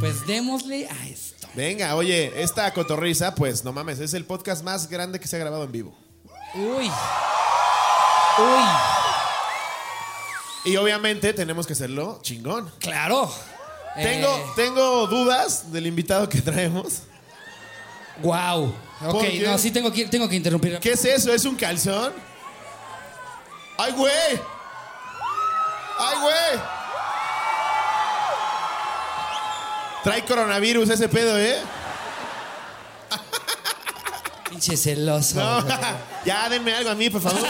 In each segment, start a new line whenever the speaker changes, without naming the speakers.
Pues démosle a esto.
Venga, oye, esta cotorriza, pues no mames, es el podcast más grande que se ha grabado en vivo.
Uy. Uy.
Y obviamente tenemos que hacerlo chingón.
Claro.
Tengo,
Eh,
tengo dudas del invitado que traemos.
Wow. Ok,
¿Por qué?
no, sí tengo que, tengo que interrumpir.
¿Qué es eso? ¿Es un calzón? ¡Ay, güey! ¡Ay, güey! Trae coronavirus ese pedo, ¿eh?
Pinche celoso.
No,
güey.
ya denme algo a mí, por favor.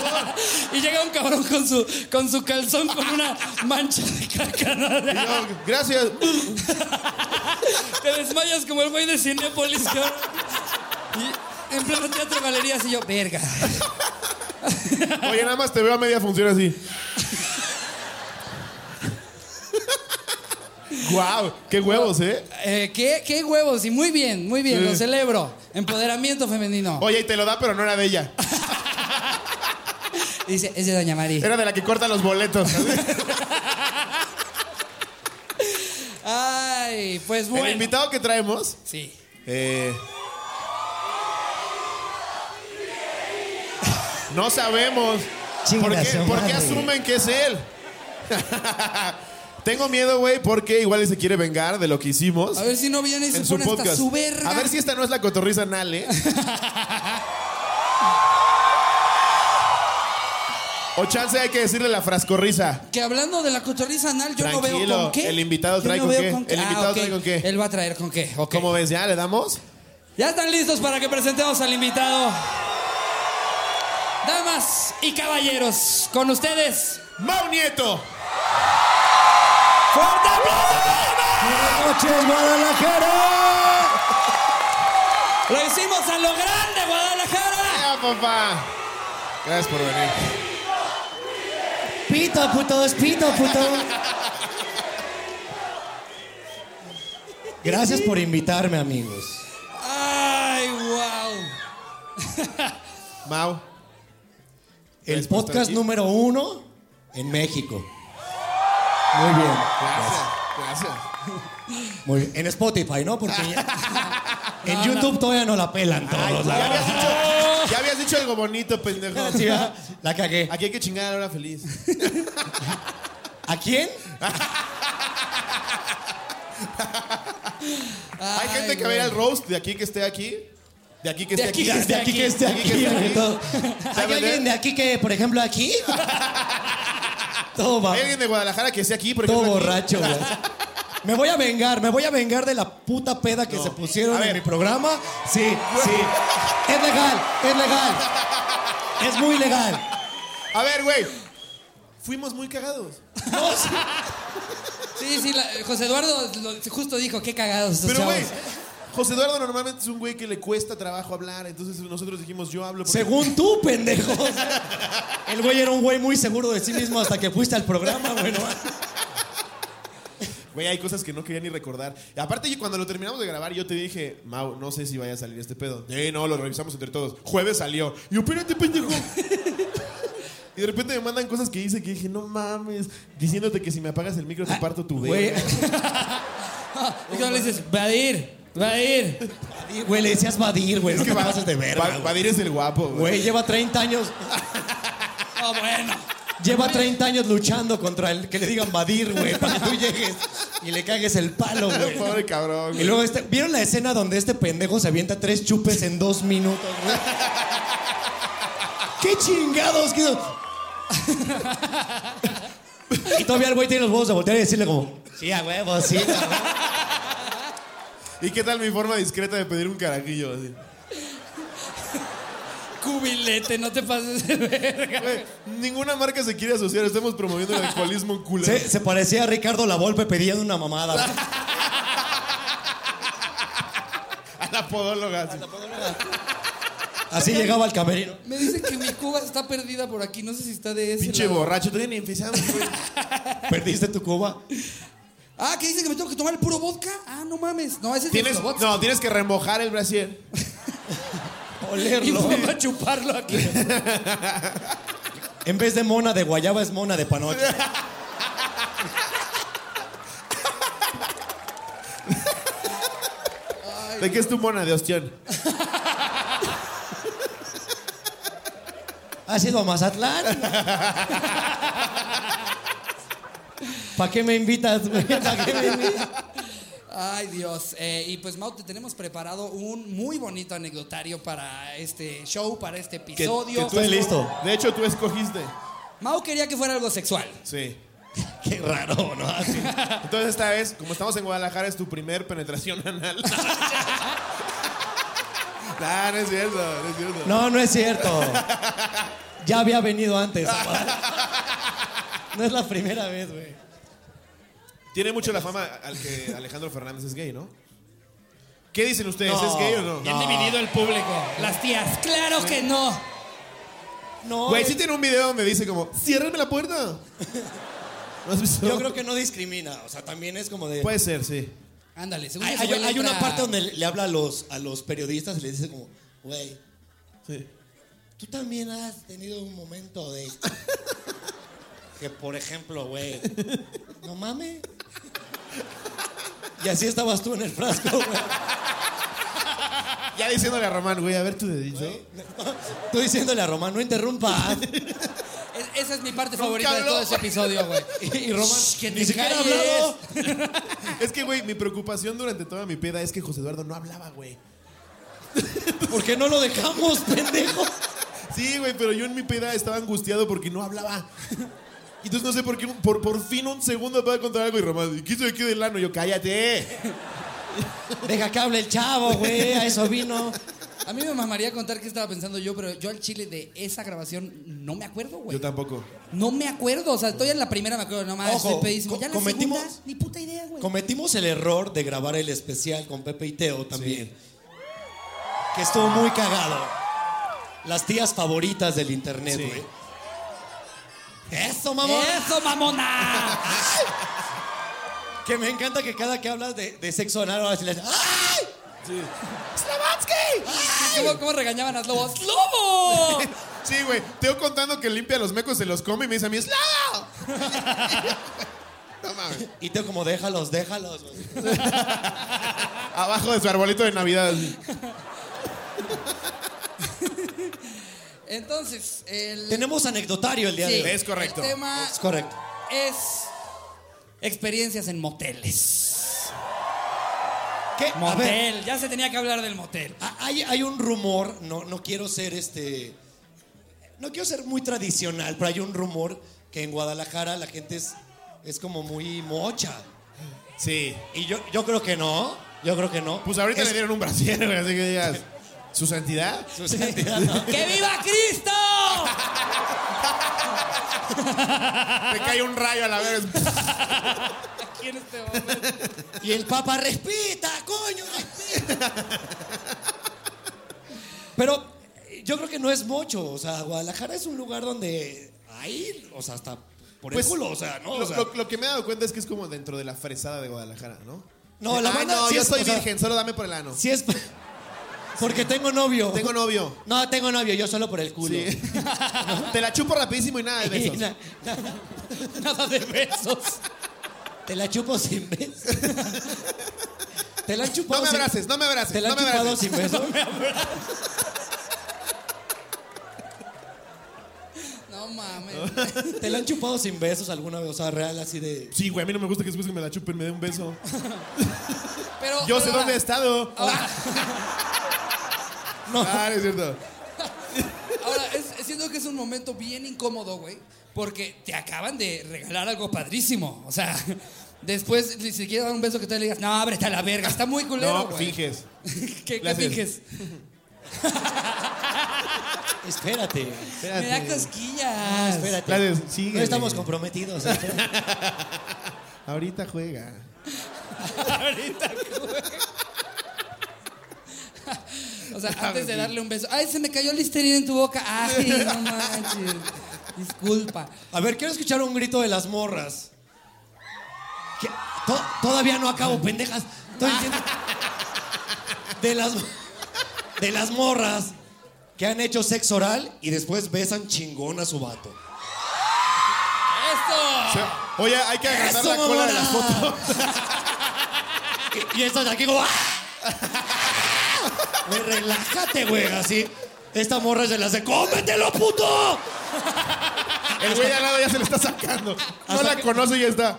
Y llega un cabrón con su, con su calzón con una mancha de
Y
caca.
yo, gracias.
Te desmayas como el güey de Cinepolis, cabrón. Y en pleno teatro galerías y yo, verga.
Oye, nada más te veo a media función así. ¡Guau! ¡Qué huevos, eh!
Eh, ¿qué, qué huevos, y muy bien, muy bien, lo celebro. Empoderamiento femenino.
Oye, y te lo da, pero no era de ella.
Y Dice, es de Doña Mari.
Era de la que corta los boletos.
Ay, pues
El
bueno.
invitado que traemos.
Sí.
eh, no sabemos.
Chinga
¿Por qué,
su
por qué
madre.
asumen que es él? Tengo miedo, güey, porque igual y se quiere vengar de lo que hicimos
A ver si no viene y se
en su
pone hasta
podcast.
su verga.
A ver si esta no es la cotorriza anal, ¿eh? 'O chance hay que decirle la frascorriza.
Que hablando de la cotorriza anal, yo no veo
Tranquilo,
con qué.
el invitado
Yo
trae
no
con
veo Ah,
qué. El invitado
ok.
trae con qué.
Él va a traer con qué. ok.
¿Cómo ves? ¿Ya le damos?
Ya están listos para que presentemos al invitado. Damas y caballeros, con ustedes.
¡Mau Nieto!
¡Fuerte aplauso!
Buenas noches, Guadalajara.
¡Lo hicimos a lo grande, Guadalajara!
¡Ya, papá! Gracias por venir.
Pito, putos, pito, puto. Gracias por invitarme, amigos.
¡Ay, wow!
Mau.
El
Gracias por estar
podcast
aquí.
número uno en México. Muy bien.
Gracias. Gracias.
Muy bien. En Spotify, ¿no? Porque ya- en YouTube todavía no la pelan todos. la
Ya
verdad.
habías, dicho, ya habías dicho algo bonito, pendejo.
Sí, ¿verdad? la cagué.
Aquí hay que chingar a la hora feliz.
¿A quién?
Hay gente que va a ir al roast de aquí que esté aquí. De aquí que esté aquí.
aquí que esté
De aquí que esté
De aquí que
aquí.
esté aquí.
de todo. ¿Hay
¿Sabe
alguien
leer?
de aquí que, por ejemplo, aquí? Todo va.
Hay alguien de Guadalajara que esté aquí, por
Todo
ejemplo. aquí?
borracho, güey. Me voy a vengar, me voy a vengar de la puta peda que se pusieron
A ver.
en mi programa. Sí, sí. Es legal, es legal. Es muy legal.
A ver, güey. Fuimos muy cagados.
No, sí.
Sí, sí, la- José Eduardo lo- justo dijo, qué cagados estos
Pero,
chavos.
güey, José Eduardo normalmente es un güey que le cuesta trabajo hablar. Entonces nosotros dijimos, yo hablo. porque-
Según tú, pendejo. El güey era un güey muy seguro de sí mismo hasta que fuiste al programa, güey. no mames.
Güey, hay cosas que no quería ni recordar. Y aparte, yo cuando lo terminamos de grabar, yo te dije, Mau, no sé si vaya a salir este pedo. Eh, no, lo revisamos entre todos. Jueves salió. Y yo, espérate, pendejo. y de repente me mandan cosas que hice que dije, no mames. Diciéndote que si me apagas el micro te parto tu
Ah, Güey,
dedo.
y cuando le dices, va a ir, va a ir.
güey, le decías Vadir, güey. No te
va-
pases de
Va-
verga, güey.
Vadir es el guapo, güey.
Güey, lleva 30 años.
Oh, bueno.
Lleva 30 años luchando contra el que le digan Vadir, güey, para que tú llegues y le cagues el palo, güey.
Pobre cabrón.
Y
güey.
luego este, ¿vieron la escena donde este pendejo se avienta tres chupes en dos minutos, güey? ¡Qué chingados! qué- Y todavía el güey tiene los huevos de voltear y decirle como, sí, a huevo, sí. a huevo".
¿Y qué tal mi forma discreta de pedir un carajillo? Así.
Cubilete, no te pases de verga.
Güey, ninguna marca se quiere asociar. Estamos promoviendo el alcoholismo culero.
Se, se parecía a Ricardo Lavolpe pidiendo una mamada. güey.
A la podóloga. así.
Así llegaba al camerino.
Me dicen que mi cuba está perdida por aquí, no sé si está de ese
Pinche
lado.
borracho. Todavía ni empezamos, güey.
¿Perdiste tu cuba?
Ah, que dice que me tengo que tomar el puro vodka. Ah, no mames. No, ese es
Tienes,
el vodka.
no, tienes que remojar el brasier.
Y
Olerlo.
vamos a chuparlo aquí.
En vez de mona de guayaba es mona de panoche.
¿De qué es tu mona de ostión?
¿Has ido a Mazatlán? ¿Para qué me invitas, güey? ¿Para qué me invitas?
Ay, Dios. Eh, y pues, Mau, te tenemos preparado un muy bonito anecdotario para este show, para este
Que-
episodio.
que tú
Estoy
esco-
listo.
De hecho, tú escogiste.
Mau quería que fuera algo sexual.
Sí.
Qué raro, ¿no? Así.
Entonces, esta vez, como estamos en Guadalajara, es tu primer penetración anal. no, no es cierto, no es cierto.
No, no es cierto. Ya había venido antes. Omar. No es la primera vez, güey.
Tiene mucho la fama al que Alejandro Fernández es gay, ¿no? ¿Qué dicen ustedes?
No,
¿Es gay o no?
Bien dividido el público. Las tías, claro que no.
No.
Güey, sí tiene un video donde dice como, ciérrame la puerta. ¿No has visto?
Yo creo que no discrimina. O sea, también es como de.
Puede ser, sí.
Ándale, según
hay,
ese
hay-
güey le
hay una
entra-
parte donde le habla a los, a los periodistas y les dice como, güey,
sí.
tú también has tenido un momento de. Que por ejemplo, güey, no mames. Y así estabas tú en el frasco, güey.
Ya diciéndole a Román, güey, a ver tu dedito.
Tú diciéndole a Román, no interrumpa.
Es- esa es mi parte favorita de
habló.
todo ese episodio, güey.
Y, y Román,
Shh, que
ni
te
siquiera ha
calles.
hablado.
Es que, güey, mi preocupación durante toda mi peda es que José Eduardo no hablaba, güey.
¿Por qué no lo dejamos, pendejo?
Sí, güey, pero yo en mi peda estaba angustiado porque no hablaba. Y Entonces no sé por qué, por, por fin un segundo puedo contar algo y Román, ¿qué hizo aquí del lano? Yo, cállate.
Deja que hable el chavo, güey, a eso vino.
A mí me mamaría contar qué estaba pensando yo, pero yo al chile de esa grabación no me acuerdo, güey.
Yo tampoco.
No me acuerdo, o sea, estoy en la primera, me acuerdo, no mames,
Ojo,
estoy pedísimo.
co-
Ya la
cometimos-
segunda, ni puta idea, güey.
Cometimos el error de grabar el especial con Pepe y Teo también. Que estuvo muy cagado. Las tías favoritas del internet,
Sí.
güey. Eso, mamón.
¡Eso, mamona!
Que me encanta que cada que hablas de, de sexo anal, ahora sí le ¡Ay!
¿Cómo, cómo regañaban a los lobos? ¡Lobo!
Sí, güey, Teo contando que limpia los mecos, se los come y me dice a mí, ¡es lado! no mames.
Y Teo como, déjalos, déjalos. güey".
Abajo de su arbolito de Navidad. así.
Entonces, el.
Tenemos anecdotario el día
sí,
de hoy.
Es correcto.
El tema
Es correcto.
es experiencias en moteles.
¿Qué? A ver,
Motel, ya se tenía que hablar del motel.
Ah, Hay, hay un rumor, no, no quiero ser este. No quiero ser muy tradicional, pero hay un rumor que en Guadalajara la gente es, es como muy mocha.
Sí.
Y yo, yo creo que no. Yo creo que no.
Pues ahorita
Es-
le dieron un brasier, güey, así que digas, ¿su santidad?
su santidad, ¿no?
¡Que viva Cristo!
Te cae un rayo a la vez.
Aquí en este momento.
Y el Papa respeta, coño, respeta. Pero eh, yo creo que no es mocho. O sea, Guadalajara es un lugar donde hay, o sea, hasta por el
Pues,
culo, o sea, ¿no? O
Lo,
sea,
lo- lo que me he dado cuenta es que es como dentro de la fresada de Guadalajara, ¿no?
No, la
Ah,
banda
no,
sí
yo
es-
soy
o sea-
virgen, solo dame por el ano.
si es. Porque tengo novio.
Tengo novio.
No, tengo novio, yo solo por el culo.
Sí. Te la chupo rapidísimo y nada de
Y
besos.
na- na- nada de besos. Te la chupo sin besos. Te la han
No
chupado
me
sin-
abraces, no me
Te
abraces,
la
no
han
me
chupado
abraces.
sin besos.
No mames.
Te la han chupado sin besos alguna vez, o sea, real así de.
Sí, güey, a mí no me gusta que después que me la chupen me dé un beso.
Pero.
Yo
pero
sé
ahora,
dónde he estado.
Ahora,
No.
Ah, no es cierto.
ahora, es- siento que es un momento bien incómodo, güey. Porque te acaban de regalar algo padrísimo. O sea, después ni siquiera dar un beso que tú le digas, no, ábrete a la verga. Está muy culero,
No,
güey.
finges.
¿Qué,
Le
qué
haces.
finges?
Espérate.
Me da
Espérate.
cosquillas.
Espérate.
Clases,
no
síguele.
estamos comprometidos. ¿eh? espérate.
Ahorita juega.
O sea, antes de darle un beso. Ay, se me cayó el listerine en tu boca. Ay, no manches. Disculpa.
A ver, quiero escuchar un grito de las morras. ¿Qué? To- todavía no acabo, pendejas. Estoy diciendo. De las, de las morras que han hecho sexo oral y después besan chingón a su vato.
¡Esto!
O sea, Oye, hay que agrandar la cola de las fotos.
y, y estas de aquí como. ¡ah! Güey, relájate, güey, así. Esta morra se la hace, ¡cómetelo, puto!
El güey de al lado ya se lo está sacando. No
Hasta
la
que-
conoce y ya está.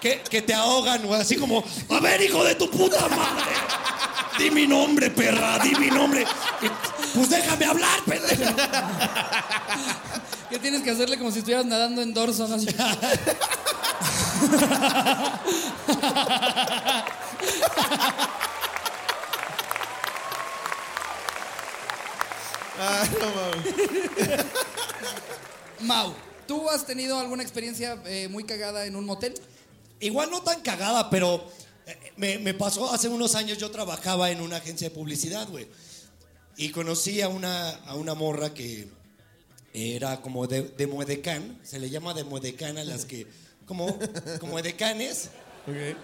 Que, que te ahogan, güey, así como, a ver, hijo de tu puta madre. Di mi nombre, perra, di mi nombre. Pues déjame hablar, pendeja.
¿Qué tienes que hacerle como si estuvieras nadando en dorso? ¿no? Así.
Ah,
Ay, no mames.
Mau, ¿tú has tenido alguna experiencia eh, muy cagada en un motel?
Igual no tan cagada, pero eh, me, me pasó hace unos años. Yo trabajaba en una agencia de publicidad, güey. Y conocí a una, a una morra que era como de, de muedecán. Se le llama de muedecán a las que. Como, como edecanes.
Ok.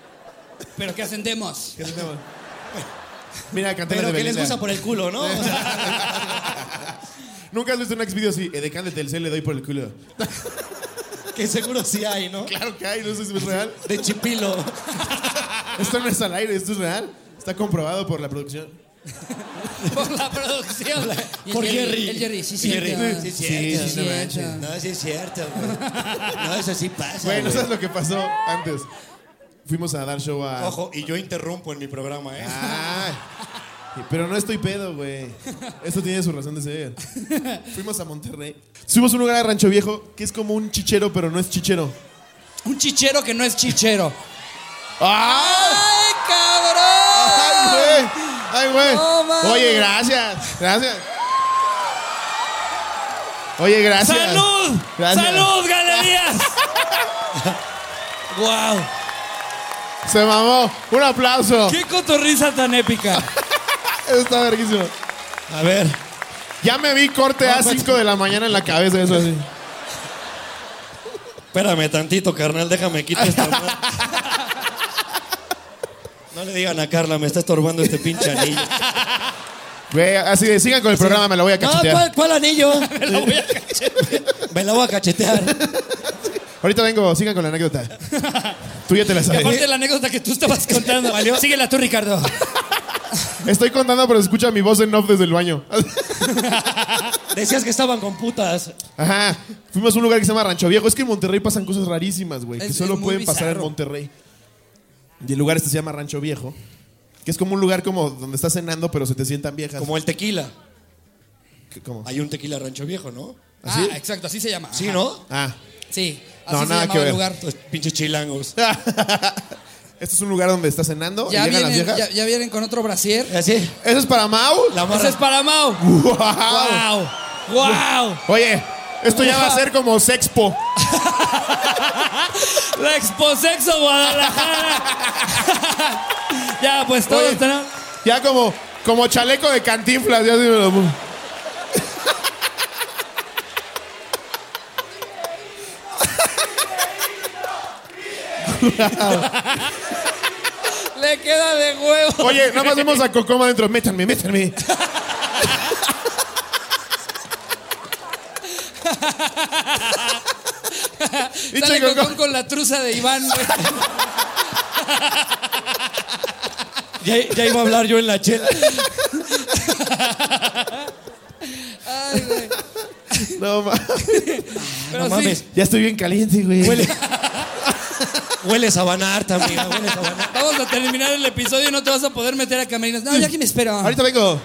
¿Pero qué ascendemos?
¿Qué es el tema? Mira, canté
Pero
de
que les
Belinda.
gusta por el culo, ¿no? O sea,
Nunca has visto un ex video así. Edecán de Telcel le doy por el culo.
que seguro sí hay, ¿no?
Claro que hay, no sé si es real.
De chipilo.
Esto no es al aire, esto es real. Está comprobado por la producción.
Por la producción. Y el
Por Jerry.
El Jerry, sí, sí.
Jerry.
cierto.
Sí,
sí,
cierto.
sí, no manches.
No, sí es cierto, güey. No, eso sí pasa,
Güey, no
güey.
sabes lo que pasó antes. Fuimos a dar show
Ah.
a.
Ojo, y yo interrumpo en mi programa, ¿eh?
Ay, pero no estoy pedo, güey. Esto tiene su razón de ser. Fuimos a Monterrey. Subimos a un lugar a Rancho Viejo que es como un chichero, pero no es chichero.
Un chichero que no es chichero.
¡Ah!
¡Ay, cabrón!
¡Ay, güey! ¡Ay, güey!
No mames.
Oye, gracias. Gracias. Oye, gracias.
¡Salud!
Gracias.
¡Salud, galerías! ¡Wow!
Se mamó. Un aplauso.
¡Qué cotorriza tan épica!
Está verguísimo.
A ver.
Ya me vi corte a 5 de la mañana en la cabeza, eso así.
Espérame tantito, carnal, déjame quitar esta madre. No le digan a Carla, me está estorbando este pinche anillo.
Güey, así de, sigan con el programa, me lo voy a
No,
cachetear.
pues.
¿cuál, cuál anillo? Me la voy a cachetear. Me la voy a cachetear.
Ahorita vengo, sigan con la anécdota. Tú ya te la
Y aparte
sabes.
de la anécdota que tú estabas contando, ¿valió? Síguela tú, Ricardo.
Estoy contando, pero se escucha mi voz en off desde el baño.
Decías que estaban con putas.
Ajá. Fuimos a un lugar que se llama Rancho Viejo. Es que en Monterrey pasan cosas rarísimas, güey. Que
Es-
solo
es muy
pueden pasar en
bizarro.
Monterrey. Y el lugar este se llama Rancho Viejo. Que es como un lugar como donde estás cenando, pero se te sientan viejas.
Como el tequila.
¿Cómo?
Hay un tequila rancho viejo, ¿no?
¿Así?
Ah, exacto, así se llama.
Sí,
Ajá.
¿no?
Ah.
Sí, así
No,
se
nada
llamaba
que ver.
el lugar.
Estos pinches chilangos.
Este es un lugar donde estás cenando
Ya
y llegan
vienen,
las
ya,
viejas.
ya vienen con otro brasier.
Así.
¿Eso es para Mau?
Ese
La morra.
Pues es para Mau.
¡Wow!
¡Wow! ¡Wow!
Oye, esto ya va a ser como Sexpo.
La Exposexo Guadalajara. ya, pues todos
Oye.
tenemos.
Ya como, como chaleco de cantinflas. Ya sí me lo pongo.
Le queda de huevo.
Oye, nada más vemos a Cocoma adentro. Métanme, métanme.
Sale
Cocón.
Cocón con la truza de Iván. güey.
Ya, ya iba a hablar yo en la chela.
Ay, güey.
No mames.
Pero
No
sí.
mames.
Ya estoy bien caliente, güey.
Huele. Huele a harta, amiga. Huele a
Vamos a terminar el episodio y no te vas a poder meter a camerinos. No, ya aquí me espero.
Ahorita vengo.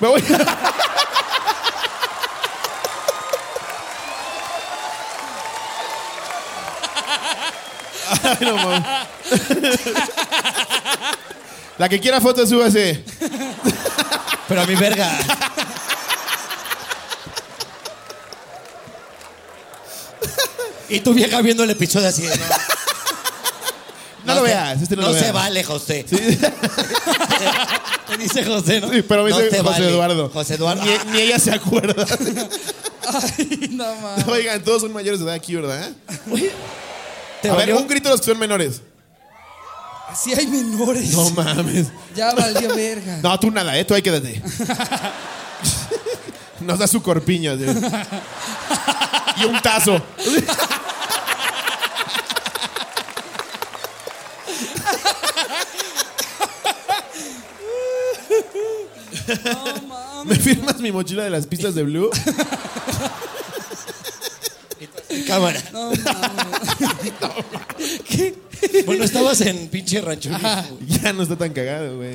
Me voy. Ay, no mames. La que quiera foto, súbase.
Pero a mi verga. Y tu vieja viendo el episodio así. de,
No,
No,
lo
se-
veas, este no, lo veas.
se vale, José.
Sí.
Te dice José, ¿no?
Sí, pero me
No
dice
se
José
vale.
Eduardo.
José Eduardo. Ah,
Ni, ni ella se acuerda.
Ay, no mames.
Oigan, todos son mayores de edad aquí, ¿verdad?
¿Te
a ver,
valió?
un grito a los que son menores.
Así hay menores.
No mames.
Ya valió verga.
No, tú nada, ¿eh? Tú ahí quédate. Nos da su corpiño. tío. Y un tazo.
No mames.
¿Me firmas mi mochila de las pistas de Blue?
Cámara.
No mames.
Bueno, estabas en pinche rancho.
ya no está tan cagado, güey.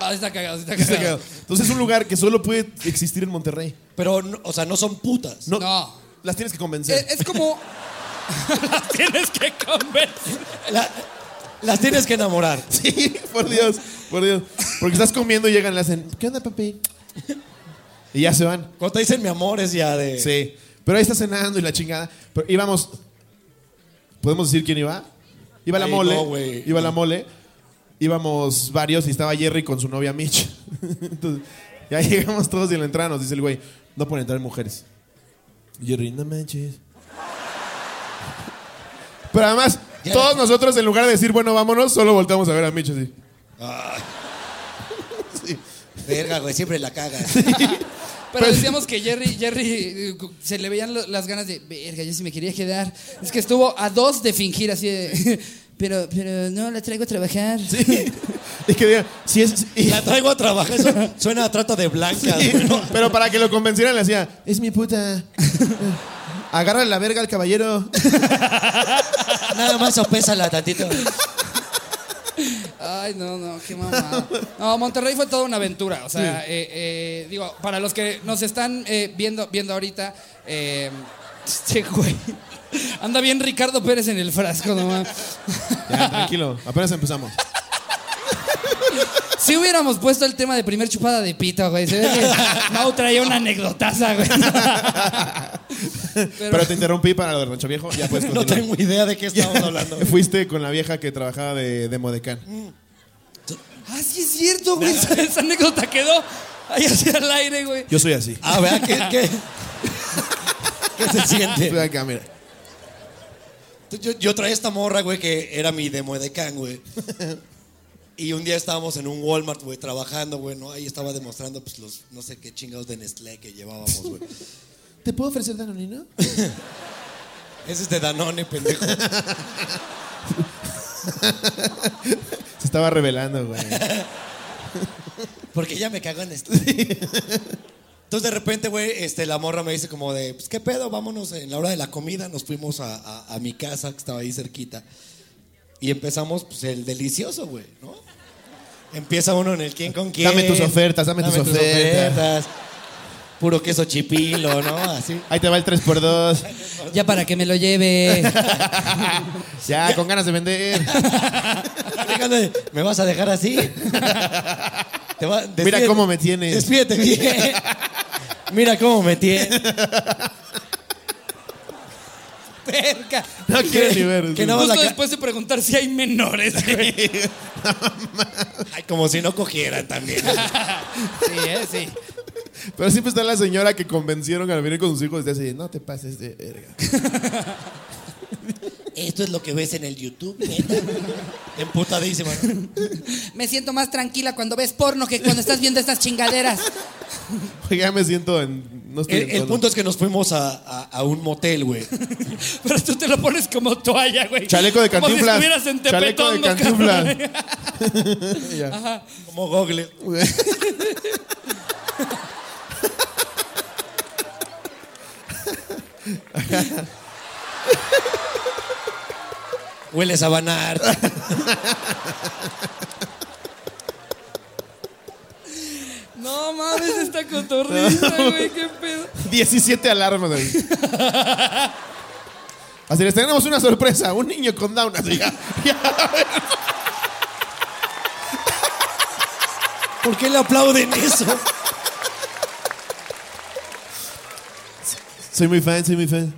Ah, está cagado, está
Está
cagado.
cagado. Entonces es un lugar que solo puede existir en Monterrey.
Pero, no- o sea, no son putas.
No.
No. Eh,
Las tienes que
Eh.
convencer.
Es, es como. tienes que convencer.
La- las tienes que enamorar.
Sí, por Dios, por Dios. Porque estás comiendo y llegan y le hacen, ¿qué onda, papi? Y ya se van.
Cuando te dicen mi amor es ya de...
Sí. Pero ahí está cenando y la chingada. Pero íbamos. ¿Podemos decir quién iba? Iba la
Ay,
mole.
no, güey.
iba la mole. Íbamos varios y estaba Jerry con su novia Mitch. Entonces, ya llegamos todos y en la entrada nos dice el güey, no pueden entrar mujeres. Y Jerry, no manches. Pero además,
Ya.
todos nosotros en lugar de decir, bueno, vámonos, solo volteamos a ver a Mitch así.
Ah. Verga, güey, siempre la cagas.
Pero
Pues,
decíamos que Jerry, Jerry eh, cu- se le veían lo- las ganas de. Verga, yo sí me quería quedar. Es que estuvo a dos de fingir así de. Pero, pero no la traigo a trabajar.
Sí. Es que diga, si es. y-
La traigo a trabajar. Eso suena a trata de blancas.
Sí,
güey, ¿no?
Pero para que lo convencieran le hacía, es mi puta. Agarra la verga al caballero.
Nada más sopésala tantito.
Ay, no, no, qué mamada. No, Monterrey fue toda una aventura. O sea, eh, eh, digo, para los que nos están eh, viendo, viendo ahorita, eh, este güey. Anda bien Ricardo Pérez en el frasco nomás.
Ya, tranquilo, apenas empezamos.
Si hubiéramos puesto el tema de primer chupada de pito, güey. Se ve que Mau traía una anecdotaza, güey.
Pero, te interrumpí para lo de Rancho Viejo, ya puedes
No
continuar.
tengo idea de qué estamos hablando.
Fuiste con la vieja que trabajaba de, de Modecán.
Ah, sí es cierto, güey. Esa, esa anécdota quedó ahí hacia el aire, güey.
Yo soy así.
A ver, ¿qué, qué, Ah, qué se
Estoy
siente?
acá, mira.
Yo, yo traía esta morra, güey, que era mi demo de can, güey. Y un día estábamos en un Walmart, güey, trabajando, güey, ¿no? Ahí estaba demostrando, pues, los no sé qué chingados de Nestlé que llevábamos, güey.
¿Te puedo ofrecer Danonino?
Ese es de Danone, pendejo.
Se estaba revelando, güey.
Porque ya me cago en esto. Entonces de repente, güey, este, la morra me dice como de, pues qué pedo, vámonos en la hora de la comida, nos fuimos a, a- a mi casa que estaba ahí cerquita y empezamos pues el delicioso, güey, ¿no? Empieza uno en el quién con quién.
Dame tus ofertas, dame tus ofertas.
ofertas. Puro queso chipilo, ¿no? Así.
Ahí te va el 3x2.
Ya para que me lo lleve.
Ya, con ganas de vender.
Dígale, ¿me vas a dejar así? Te va-
Mira
despídete-
cómo me tienes.
Despídete bien. Mira cómo me tiene. Perca.
No quiero ni ver.
Que no-
Justo
la ca-
después de preguntar si hay menores, güey.
Ay, como si no cogieran también.
Sí, eh, sí.
Pero siempre está la señora que convencieron al venir con sus hijos y te dice, no te pases de verga.
Esto es lo que ves en el YouTube, neta. Emputadísima. ¿no?
Me siento más tranquila cuando ves porno que cuando estás viendo estas chingaderas.
Ya me siento en. No estoy
El,
en
el
tono.
punto es que nos fuimos a, a- a un motel, güey.
Pero tú te lo pones como toalla, güey.
Chaleco de cantinflas.
Como si estuvieras en
Chaleco de
Tepetongo,
cantinflas.
cabrón.
Ya.
Como Google. Hueles a banar.
No mames, esta cotorriza, güey. Qué pedo.
17 alarmas. güey. Así les tenemos una sorpresa. Un niño con down. Así ya. ya.
¿Por qué le aplauden eso?
Soy muy fan, soy muy fan.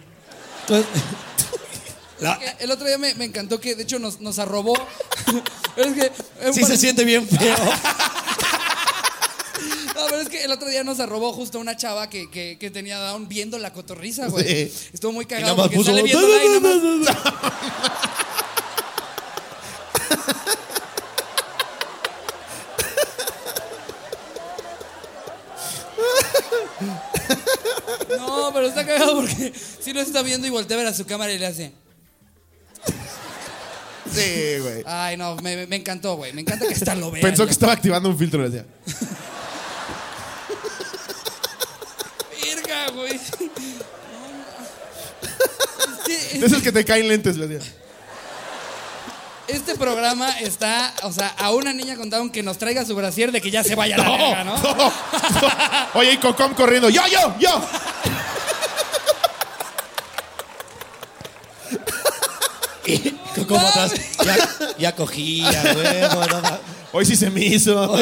La-
El otro día me, me encantó que, de hecho, nos, nos arrobó. es que. eh,
sí
para-
se siente bien feo.
No, pero es que el otro día nos arrobó justo una chava que, que, que tenía down viendo la cotorriza, güey.
Sí.
Estuvo muy
Y
cagado
nada más
porque
puso.
sale viéndola y nada más- No, pero está cagado porque si no está viendo y voltea a ver a su cámara y le hace.
Sí, güey.
Ay, no, me, me encantó, güey. Me encanta que hasta lo vean.
Pensó que estaba activando un filtro, le decía.
Verga, güey. Este,
De esos que te caen lentes, le decía.
este programa está, o sea, a una niña contaron que nos traiga su brasier de que ya se vaya a la verga, ¿no?
no, no. Oye, y Cocom corriendo. ¡Yo, yo, yo!
Como atrás, ya, ya cogía, huevo, no ma-
Hoy sí se me hizo.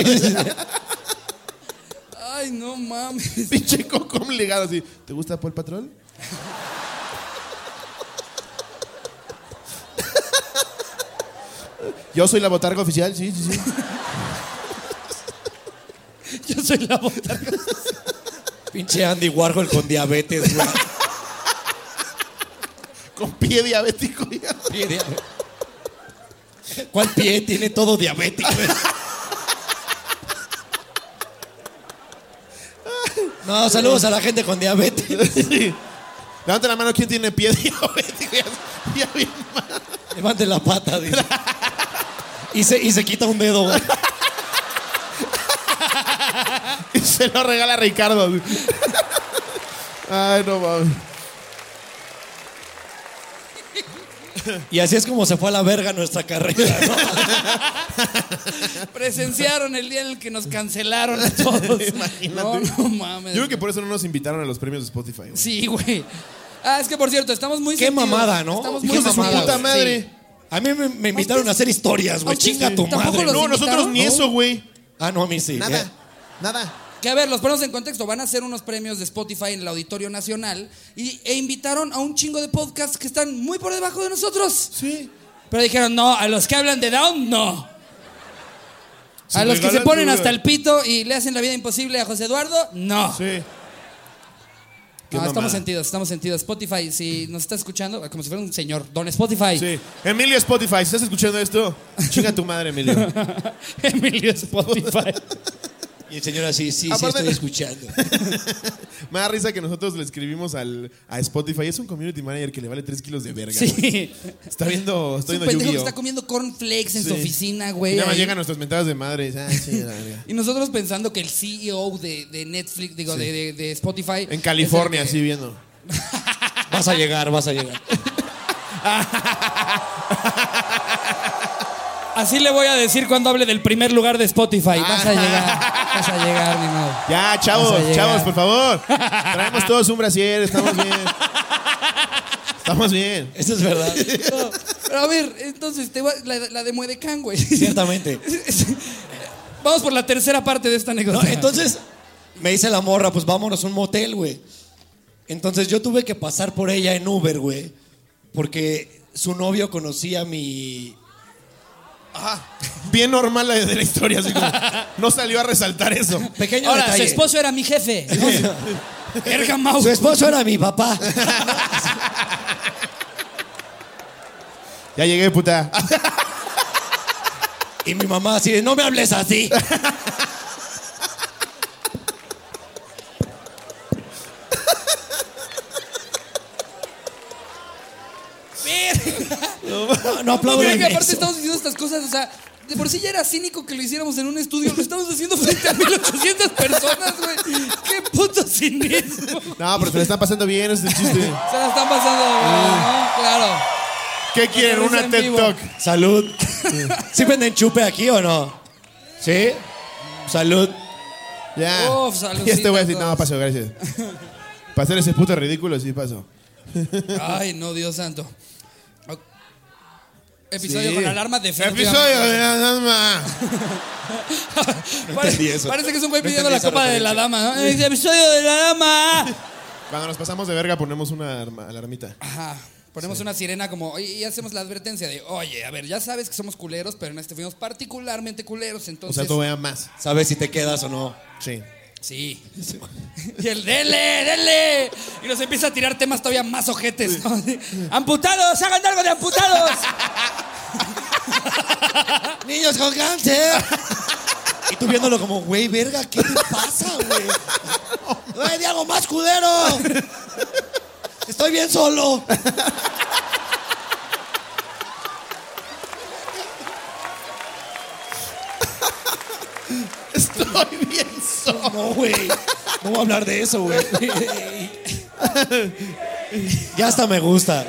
Ay, no mames.
Pinche Cocom ligado así. ¿Te gusta Paul Patrol? Yo soy la botarga oficial, sí, sí, sí.
Yo soy la botarga.
Pinche Andy Warhol con diabetes, güey.
Con pie diabético. ya.
Pie diabe- ¿Cuál pie tiene todo diabético? güey? No, saludos a la gente con diabetes.
Sí. Levanta la mano, ¿quién tiene pie diabético? Ya- ya bien mal.
Levante la pata, dice. Y se, y se quita un dedo, güey.
Y se lo regala a Ricardo. Ay, no mames.
Y así es como se fue a la verga nuestra carrera, ¿no?
Presenciaron el día en el que nos cancelaron a todos.
Imagínate.
No, no mames.
Yo creo que por eso no nos invitaron a los premios de Spotify. güey.
Sí, güey. Ah, es que por cierto, estamos muy
Qué
sentidos.
mamada, ¿no?
Estamos
Qué
muy
Hijos de su
sentidos,
puta
sí.
madre.
A mí me, me invitaron a hacer historias, güey.
¿A ustedes
Chinga tu
tampoco
madre.
los
¿no?
No, nosotros
invitaron?
ni eso, güey.
Ah, no, a mí sí. ¿eh?
Nada.
Que a ver, los ponemos en contexto. Van a hacer unos premios de Spotify en el Auditorio Nacional y, e invitaron a un chingo de podcasts que están muy por debajo de nosotros.
Sí.
Pero dijeron, no, a los que hablan de Down, no. a
Sin
los que se
regalar
ponen
duda.
hasta el pito y le hacen la vida imposible a José Eduardo, no.
Sí. Qué
No,
mamada.
estamos sentidos, estamos sentidos. Spotify, si nos está escuchando, como si fuera un señor, don Spotify.
Sí. Emilio Spotify, si estás escuchando esto, chinga tu madre, Emilio.
Emilio Spotify.
Y el señor así, sí, sí,
Aparte-
estoy escuchando.
Me da risa que nosotros le escribimos al, a Spotify. Es un community manager que le vale 3 kilos de verga. güey.
Sí.
Está viendo, está
Es un pendejo
viendo
que
Yu-Gi-Oh.
está comiendo cornflakes en
Sí.
su oficina,
Y
güey.
nada más
ahí.
llegan nuestras mentadas de madre. y dice, "Ay, sí, la verga".
Y nosotros pensando que el CEO de, de Netflix, digo, de, de- de Spotify.
En California,
es el
así viendo.
Vas a llegar, vas a llegar.
que- Así le voy a decir cuando hable del primer lugar de Spotify. Vas a llegar, vas a llegar, mi madre.
Ya,
Vas a
chavos,
llegar.
chavos, por favor. Traemos todos un brasier, estamos bien. Estamos bien.
Eso es verdad.
No, pero a ver, entonces, te va- la, la de Muedecán, güey.
Ciertamente.
Vamos por la tercera parte de esta
No,
anécdota.
entonces me dice la morra, pues vámonos a un motel, güey. Entonces yo tuve que pasar por ella en Uber, güey, porque su novio conocía mi...
Bien normal la de la historia, así como, no salió a resaltar eso.
Pequeño
Ahora,
detalle.
su esposo era mi jefe. ¿no? Verga, Mau.
Su esposo era mi papá.
Ya llegué, puta.
Y mi mamá así de, no me hables así.
Verga.
No, no aplaudo
Creo
en
que aparte
eso.
estamos diciendo estas cosas, o sea, de por sí ya era cínico que lo hiciéramos en un estudio, lo estamos haciendo frente a 1800 personas, güey. Qué puto cinismo.
No, pero se le está pasando bien, ese es el chiste.
Se la están pasando, ¿no? Claro.
¿Qué quieren?
Aterriza
Una
en
TED
vivo.
Talk.
Salud. ¿Sí venden chupe aquí o no? ¿Sí? Salud.
Ya.
Uf, saludcita
y este güey así,
a
no,
todos.
paso, gracias. Para hacer ese puto ridículo, sí, paso.
Ay, no, Dios santo. O- Episodio
Sí.
con alarma de
Episodio de la dama.
parece,
entendí eso.
parece que es un güey
No
pidiendo
entendí
la
esa
copa de la dama, ¿no? Episodio de la dama.
Cuando nos pasamos de verga, ponemos una arma- alarmita.
Ajá. Ponemos una sirena como, y, y hacemos la advertencia de, oye, a ver, ya sabes que somos culeros, pero en este fuimos particularmente culeros,
O
entonces...
sea, tú veas más.
¿Sabes si te quedas o no?
Sí.
Sí. Y el dele, dele. Y nos empieza a tirar temas todavía más ojetes. ¿no? Así, ¡Amputados! ¡Hagan algo de amputados!
¡Niños con cáncer! Y tú viéndolo como, güey, verga, ¿qué te pasa, güey? ¡No hay algo más culero! ¡Estoy bien solo!
Estoy bien solo.
No, güey. No voy a hablar de eso, güey. Ya hasta me gusta.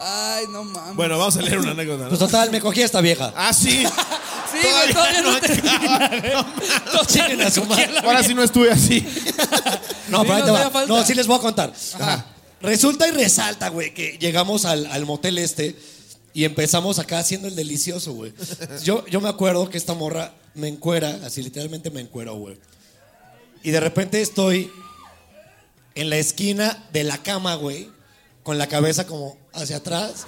Ay, no mames.
Bueno, vamos a leer una anécdota,
Pues
¿no?
total, me cogí a esta vieja.
Ah, sí.
sí, güey, todavía no, termina, güey. Todavía
Chinguen a su
no cogí a la
Ahora sí no estuve así.
No, pero ahí
Sí,
te
no
va.
hacía falta.
No, sí les voy a contar. Resulta y resalta, güey, que llegamos al, al motel este y empezamos acá haciendo el delicioso, güey. Yo, yo me acuerdo que esta morra me encuera, así literalmente me encuero, güey. Y de repente estoy en la esquina de la cama, güey, con la cabeza como hacia atrás.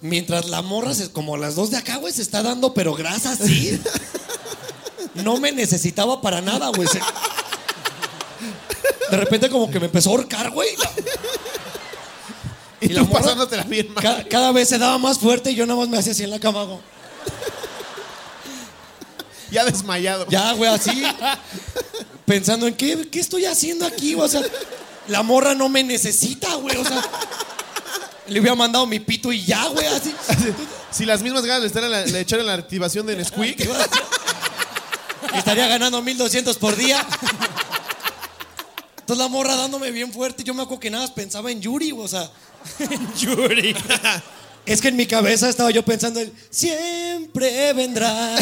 Mientras la morra, se- como las dos de acá, güey, se está dando, pero grasa sí. No me necesitaba para nada, güey. Se- De repente como que me empezó a ahorcar, güey.
Y,
¿Y la
tú
morra?
pasándotela bien mal.
Cada, cada vez se daba más fuerte y yo nada más me hacía así en la cama, güey.
Ya desmayado.
Ya, güey, así. Pensando en qué, qué estoy haciendo aquí, güey. O sea, la morra no me necesita, güey. O sea, le hubiera mandado mi pito y ya, güey, así.
Si las mismas ganas le, están en la- le echaron la activación de Nesquik.
Estaría ganando 1200 por día. Entonces la morra dándome bien fuerte. Yo me acuerdo que nada más pensaba en Yuri, güey, o sea.
Yuri.
Es que en mi cabeza estaba yo pensando en siempre vendrán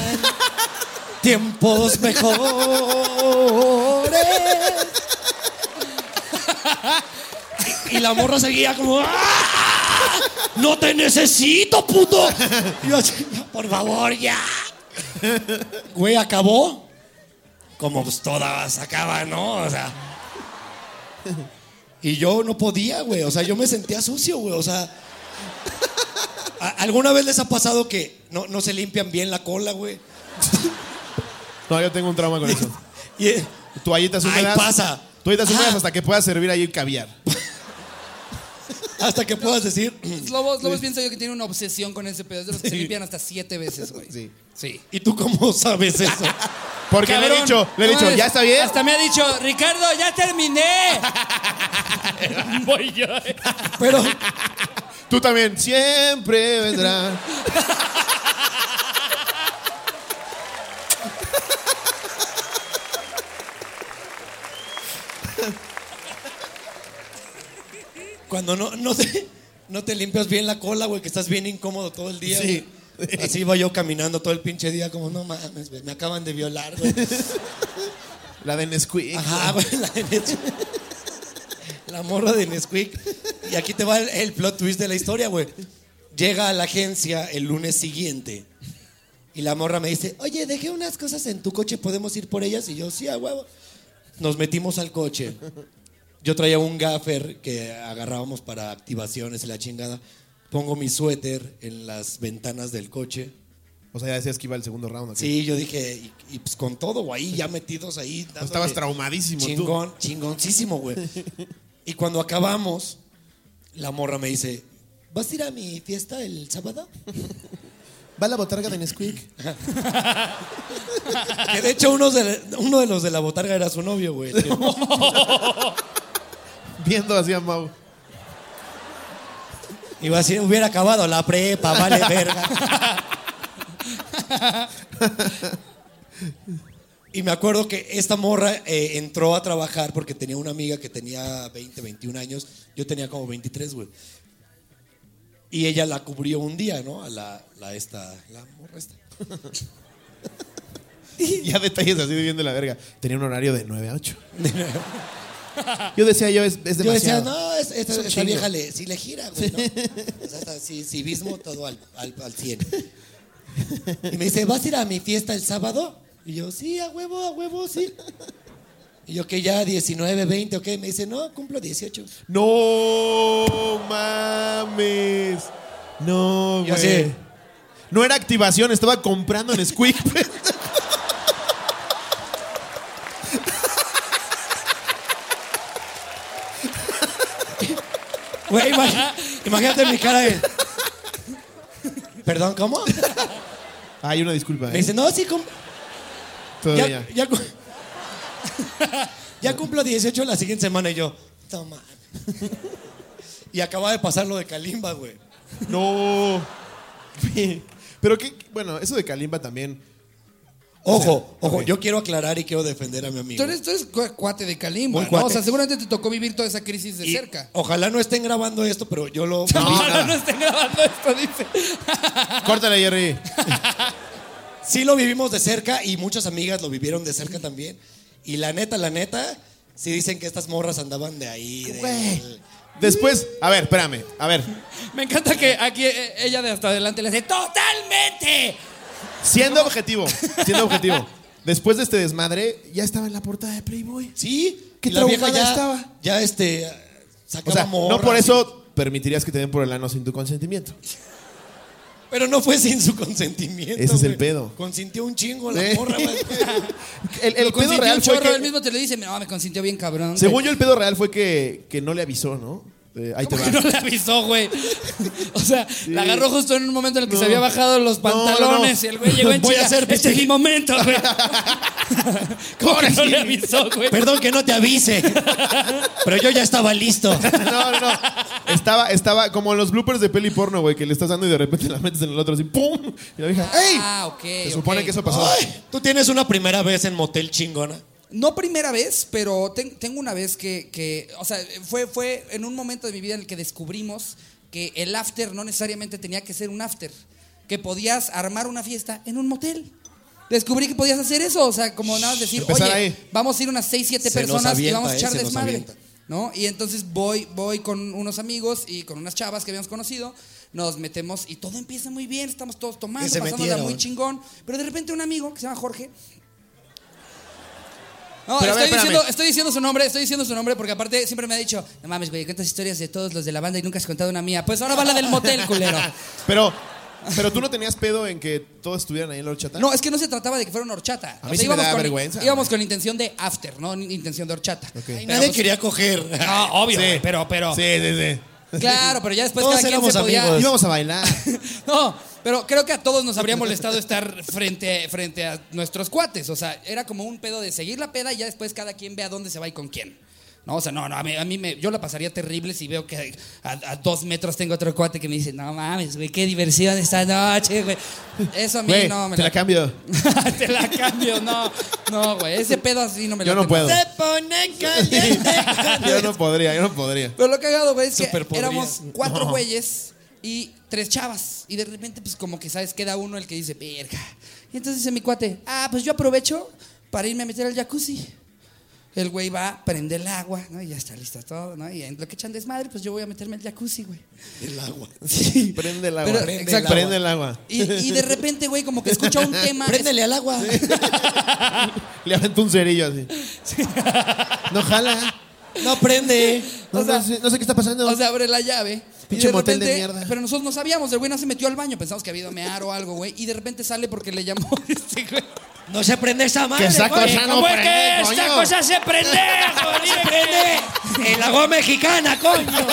tiempos mejores. Y la morra seguía como "¡Ah! no te necesito, puto. Y yo así, por favor, ya. Güey, acabó. Como pues, todas acaban, ¿no? O sea. Y yo no podía, güey. O sea, yo me sentía sucio, güey. O sea. ¿A- ¿Alguna vez les ha pasado que no, no se limpian bien la cola, güey?
No, yo tengo un trauma con eso.
Y,
Toallitas
Ay,
húmedas.
pasa. Ah.
Toallitas húmedas
Ajá.
hasta que puedas servir ahí el caviar.
hasta que puedas decir.
Lobos, Lobos piensa yo que tiene una obsesión con ese pedo. Es de los que se limpian hasta siete veces, güey.
Sí.
Sí.
¿Y tú cómo sabes eso?
Porque le he
Cabrón,
dicho, le he
no
dicho,
mames,
¿ya está bien?
Hasta me ha dicho, Ricardo, ya terminé. Voy yo.
Pero,
Tú también. Siempre vendrá.
Cuando no, no, te, no te limpias bien la cola, güey, que estás bien incómodo todo el día.
Sí.
güey. Así iba yo caminando todo el pinche día, como, no mames, güey, me acaban de violar, güey.
La de Nesquik.
Ajá, güey, la de Nesquik. La morra de Nesquik. Y aquí te va el, el plot twist de la historia, güey. Llega a la agencia el lunes siguiente y la morra me dice, oye, dejé unas cosas en tu coche, ¿podemos ir por ellas? Y yo, sí, a huevo. Nos metimos al coche. Yo traía un gaffer que agarrábamos para activaciones y la chingada. Pongo mi suéter en las ventanas del coche.
O sea, ya decías que iba el segundo round. aquí.
Sí, yo dije, y, y pues con todo, güey, ahí ya metidos ahí.
No, Pues, estabas
dándole-
traumadísimo tú.
Chingón, chingoncísimo, güey. Y cuando acabamos, la morra me dice, ¿vas a ir a mi fiesta el sábado?
Va la botarga de Nesquik.
Que de hecho uno de, uno de los de la botarga era su novio, güey.
Viendo así a Mau.
Y va a decir, hubiera acabado la prepa, vale verga. Y me acuerdo que esta morra eh, entró a trabajar porque tenía una amiga que tenía 20, 21 años. Yo tenía como 23, güey. Y ella la cubrió un día, ¿no? A la, la esta, la morra esta.
Ya detalles así de bien de la verga. Tenía un horario de 9 a 8. Yo decía, yo es, es
Yo
demasiado.
decía, no, es- esta,
Es un
esta
chingo.
vieja le, sí le gira, güey, ¿no? O sea, está así, civismo todo al, al, al 100. Y me dice, ¿vas a ir a mi fiesta el sábado? Y yo, sí, a huevo, a huevo, sí. Y yo, que ya 19, 20, ok. Me dice, no, cumplo 18.
No mames. No,
Yo así.
güey. No era activación, estaba comprando en Squeak.
Güey, imag- imagínate mi cara de... Perdón, ¿cómo?
Hay una disculpa.
Me
¿eh?
dice, no, sí, cum-
Todavía.
ya, ya, cu- ya cumplo 18 la siguiente semana y yo, toma. Y acaba de pasar lo de Kalimba, güey.
No. Pero que, bueno, eso de Kalimba también.
Ojo, ojo,
ok.
yo quiero aclarar y quiero defender a mi amigo.
Tú eres, tú eres cu- cuate de Kalimba,
Muy
¿no?
cuate.
O sea, seguramente te tocó vivir toda esa crisis de
Y
cerca.
Ojalá no estén grabando esto, pero yo lo.
Ojalá no estén grabando esto, dice.
Córtale, Jerry.
sí lo vivimos de cerca y muchas amigas lo vivieron de cerca también. Y la neta, la neta, sí dicen que estas morras andaban de ahí. de-
Güey. Después, a ver, espérame, a ver.
Me encanta que aquí eh, ella de hasta adelante le dice, ¡totalmente!
Siendo objetivo, siendo objetivo. Después de este desmadre, ya estaba en la portada de Playboy.
Sí,
Qué
y la vieja
traumada
ya
estaba.
Ya este.
O
Sacaba
sea, no
morras
por
y-
eso permitirías que te den por el ano sin tu consentimiento.
Pero no fue sin su consentimiento.
Ese es el
güey.
pedo.
Consintió un chingo la
Sí.
morra, güey.
El, el
Lo
pedo
consintió
real
un
fue
chorro,
que,
él mismo te lo dice, no, me consintió bien cabrón.
según yo, el pedo real fue que, que no le avisó, ¿no? Eh, ahí te
¿Cómo
va.
que no le avisó, güey? O sea, la agarró justo en un momento en el que se había bajado los
No, no, no.
pantalones y el güey llegó en
Voy a
chinga,
hacer
Este es
pipí".
mi momento, güey. ¿Cómo que no le avisó, güey?
Perdón que no te avise. Pero yo ya estaba listo.
No, no, no. Estaba, estaba como en los bloopers de peli porno, güey, que le estás dando y de repente la metes en el otro así, ¡pum! Y la dije, ¡ey!
Ah, ok.
Se supone
ok.
que eso pasó.
Ay, Tú tienes una primera vez en motel chingona.
No primera vez, pero ten- tengo una vez que, que, o sea, fue, fue en un momento de mi vida en el que descubrimos que el after no necesariamente tenía que ser un after, que podías armar una fiesta en un motel. Descubrí que podías hacer eso, o sea, como nada más decir, oye,
Empezar ahí.
vamos a ir unas 6, 7
Se nos
personas y
avienta,
vamos a
eh,
echar
se nos
desmadre.
avienta.
¿no? Y entonces voy, voy con unos amigos y con unas chavas que habíamos conocido, nos metemos y todo empieza muy bien, estamos todos tomando,
Y se
pasándola
metieron.
muy chingón, pero de repente un amigo que se llama Jorge no,
Pero a
estoy,
ver, espérame.
diciendo, estoy diciendo su nombre, estoy diciendo su nombre porque aparte siempre me ha dicho, no mames, güey, cuentas historias de todos los de la banda y nunca has contado una mía. Pues ahora va la del motel, culero.
Pero, pero tú no tenías pedo en que todos estuvieran ahí en la horchata.
No, es que no se trataba de que fuera una horchata.
A mí sí me da
con,
vergüenza,
Íbamos
güey.
con intención de after, no ni- intención de horchata. pues,
Ok.
Nadie quería coger.
No, obvio,
Sí.
güey, pero, pero.
Sí, sí, sí.
Claro, pero ya después
Todos
Pues cada quien
éramos
se podía.
amigos.
Íbamos a bailar.
No, pero creo que a todos nos habría molestado estar frente, frente a nuestros cuates. O sea, era como un pedo de seguir la peda y ya después cada quien ve a dónde se va y con quién. No, o sea, no, no, a mí, a mí me, yo la pasaría terrible si veo que a, a dos metros tengo otro cuate que me dice, no mames, güey, qué diversión esta noche, güey. Eso a mí
Güey,
no me
te la cambio.
te la cambio, no, no, güey, ese pedo así no me
Yo
late.
no puedo.
Se pone caliente.
Yo no podría, yo no podría.
Pero lo cagado, güey, es que
Súper podrías.
éramos cuatro
No.
güeyes y tres chavas. Y de repente, pues como que, ¿sabes? Queda uno el que dice, verga. Y entonces dice mi cuate, ah, pues yo aprovecho para irme a meter al jacuzzi. El güey va, prende el agua, ¿no? Y ya está listo todo, ¿no? Y en lo que echan desmadre, pues yo voy a meterme al jacuzzi, güey.
El agua.
Sí.
Prende el agua.
Pero-
prende,
exacto.
el prende el agua.
Y, y de repente, güey, como que escucha un tema.
Préndele al agua.
Le aventó un cerillo así. No jala.
No prende.
No,
O sea,
no sé, no sé qué está pasando.
O sea, abre la llave.
Pinche
y de
motel
repente,
de mierda.
Pero nosotros no sabíamos, el güey no se metió al baño, pensamos que había ido a mear o algo, güey. Y de repente sale porque le llamó este güey.
No se prende esa madre.
Que esa
güey.
cosa no
¿Cómo es
prende,
que esta
coño?
cosa se prende? joder, se prende. El agua mexicana, coño.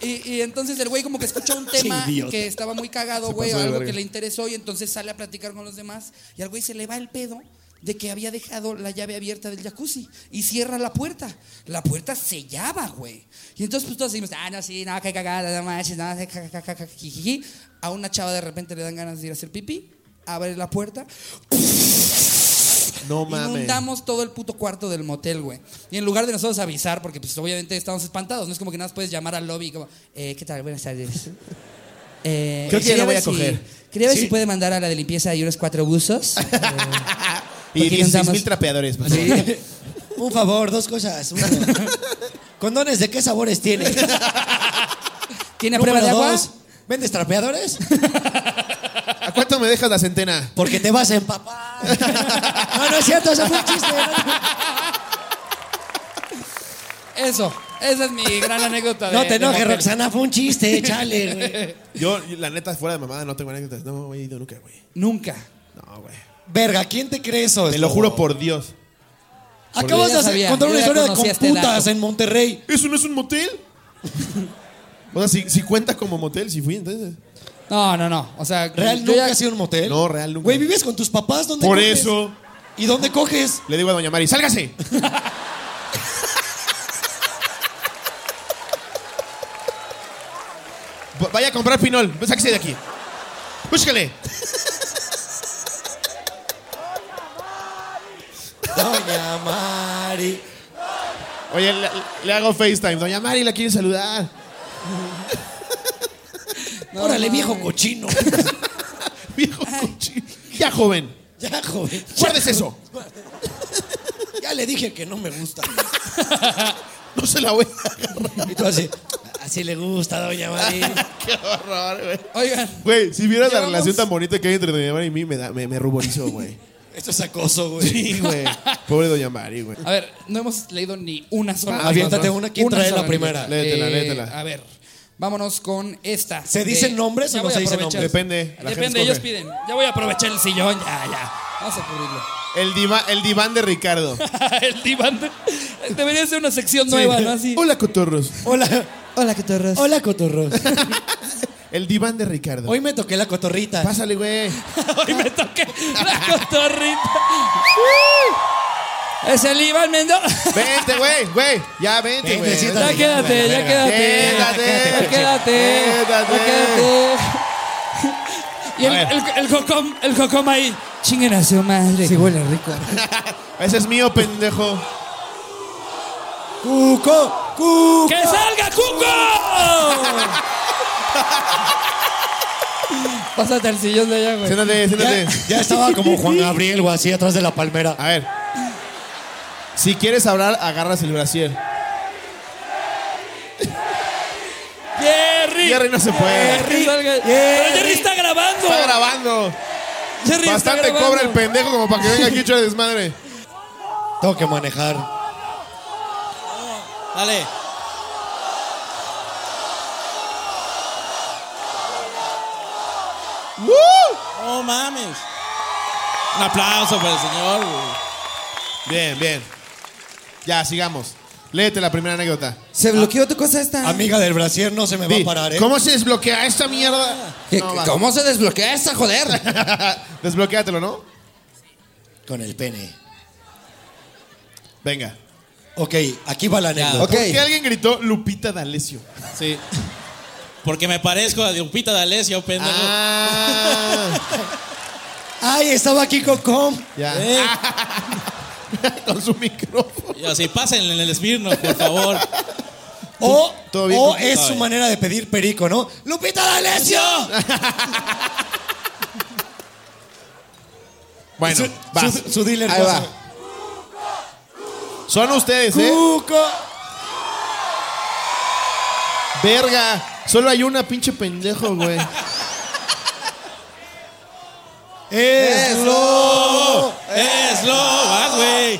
Y, y entonces el güey como que escuchó un tema
Qué idiota.
que estaba muy cagado,
Se
güey,
pasó de
algo
verga.
que le interesó y entonces sale a platicar con los demás y al güey se le va el pedo de que había dejado la llave abierta del jacuzzi y cierra la puerta. La puerta sellaba, güey. Y entonces pues todos decimos, ah, no, sí, no, que cagada, no manches, no, que caca, caca, caca, jijiji". A una chava de repente le dan ganas de ir a hacer pipí, abre la puerta,
no mames.
Inundamos todo el puto cuarto del motel, güey. Y en lugar de nosotros avisar, porque pues obviamente estábamos espantados, no es como que nada más puedes llamar al lobby y como, eh, ¿qué tal? Buenas tardes. Eh,
Creo que ya
quería
la voy
ver
a coger.
Si, quería ver
Sí.
si puede mandar a la de limpieza y unos cuatro buzos. Eh,
Y
porque
16 mil
inundamos-
trapeadores, por favor.
Sí.
Un favor, dos cosas. Uno. Condones, ¿de qué sabores tiene?
¿Tiene a prueba de agua?
¿Vendes trapeadores?
¿A cuánto me dejas la centena?
Porque te vas a empapar. No, no es cierto, eso fue un chiste.
Eso. Esa es mi gran anécdota.
No,
de-
te
de
enojes,
motel.
Roxana, fue un chiste, chale. güey.
Yo, la neta, fuera de mamada, no tengo anécdotas. No he ido nunca, güey.
Nunca.
No, güey.
Verga, ¿quién te cree eso?
Te lo
Slobo?
juro por Dios.
Acabas
Yo
de
ya
hacer-
sabía,
contar
yo
una
ya
historia con
conocía este
putas
dato.
en Monterrey.
¿Eso no es un motel? o sea, si, si cuenta como motel, si fui, entonces.
No, no, no. O sea,
¿Real
yo ya-
nunca has ido a un motel?
No, real nunca.
Güey, ¿vives con tus papás? ¿Dónde
Por
coges?
eso
¿Y dónde coges?
le digo a Doña Mari, ¡sálgase! V- Vaya a comprar pinol. Pues, Sáquese de aquí. Búscale.
Doña Mari.
Oye, le, le hago FaceTime. Doña Mari la quiere saludar.
No,
Órale,
no,
viejo
güey.
cochino.
Viejo cochino. Ya, joven.
Ya, joven.
Guardes eso.
Ya le dije que no me gusta.
No se la voy a agarrar.
Y tú así, así le gusta, doña Mari.
Qué horror, güey.
Oigan,
Güey, si vieras la
Llevamos-
relación tan bonita que hay entre Doña Mari y mí, me, da- me, me ruborizó, güey.
Esto es acoso, güey.
Sí, güey. Pobre Doña Mari, güey.
a ver, no hemos leído ni una sola.
Ah, aviéntate
nota.
una. ¿Quién trae la
sola
primera?
nota.
Léetela,
Eh,
léetela.
A ver, vámonos con esta.
¿Se
de-
dicen nombres o
Ya
no
voy
se
a
dicen
aprovechar.
nombres?
Depende. la gente
Depende, ellos
escoge.
piden. Ya voy a aprovechar el sillón, ya, ya. Vamos a cubrirlo.
El, diva- el diván de Ricardo.
el diván. de- Debería ser una sección nueva, ¿no? Así.
Hola, cotorros.
Hola,
Hola, ¿qué te
hola, cotorros.
El diván de Ricardo.
Hoy me toqué la cotorrita.
Pásale, güey.
Hoy me toqué la cotorrita. es el Iván Mendoza.
Vente, güey, güey. Ya, vente,
Vente,
güey.
siéntate.
Ya quédate, ya quédate. Ya
Quédate,
quédate. Ya
quédate.
quédate. Y el,
A ver.
el, el jocom, el jocom ahí. Chinguen a su madre. Sí, huele rico.
Ese es mío, pendejo.
Cuco, cuco.
¡Que salga Cuco! Pásate al sillón de allá, güey.
Siéntate, siéntate.
Ya, ya estaba como Juan Gabriel o así atrás de la palmera.
A ver. Si quieres hablar, agarras el brasier.
Jerry.
Jerry no se puede.
Que salga-
Jerry.
Pero Jerry está grabando.
Está grabando.
Jerry está
Bastante
grabando.
cobra el pendejo como para que venga aquí a echar desmadre.
Tengo que manejar.
Dale. No mames. Un aplauso para el señor. güey.
Bien, bien. Ya, sigamos. Léete la primera anécdota.
Se bloqueó tu cosa esta.
Amiga del brasier no se me va
Di,
a parar, ¿eh?
¿Cómo se desbloquea esta mierda? No, va.
¿Cómo se desbloquea esta, joder?
Desbloquéatelo, ¿no?
Con el pene.
Venga.
Ok, aquí va la anécdota.
ok.
¿Por qué alguien gritó Lupita D'Alessio?
Sí. Porque me parezco a Lupita D'Alessio, pendejo.
Ah,
Ay, estaba aquí Cocom.
ya.
Eh,
Con su micrófono.
y así, pásenle en el Esmirno, por favor.
O,
todo bien, eh.
o
Coco?
es
Todo
su
bien.
manera de pedir perico, ¿no? ¡Lupita D'Alessio!
Bueno,
su,
va.
su- su dealer
Ahí
cosa.
va. Son ustedes, ¿eh?
¡Cuco!
Verga. Solo hay una pinche pendejo, güey.
¡Es lo!
¡Es lobo, ah, güey!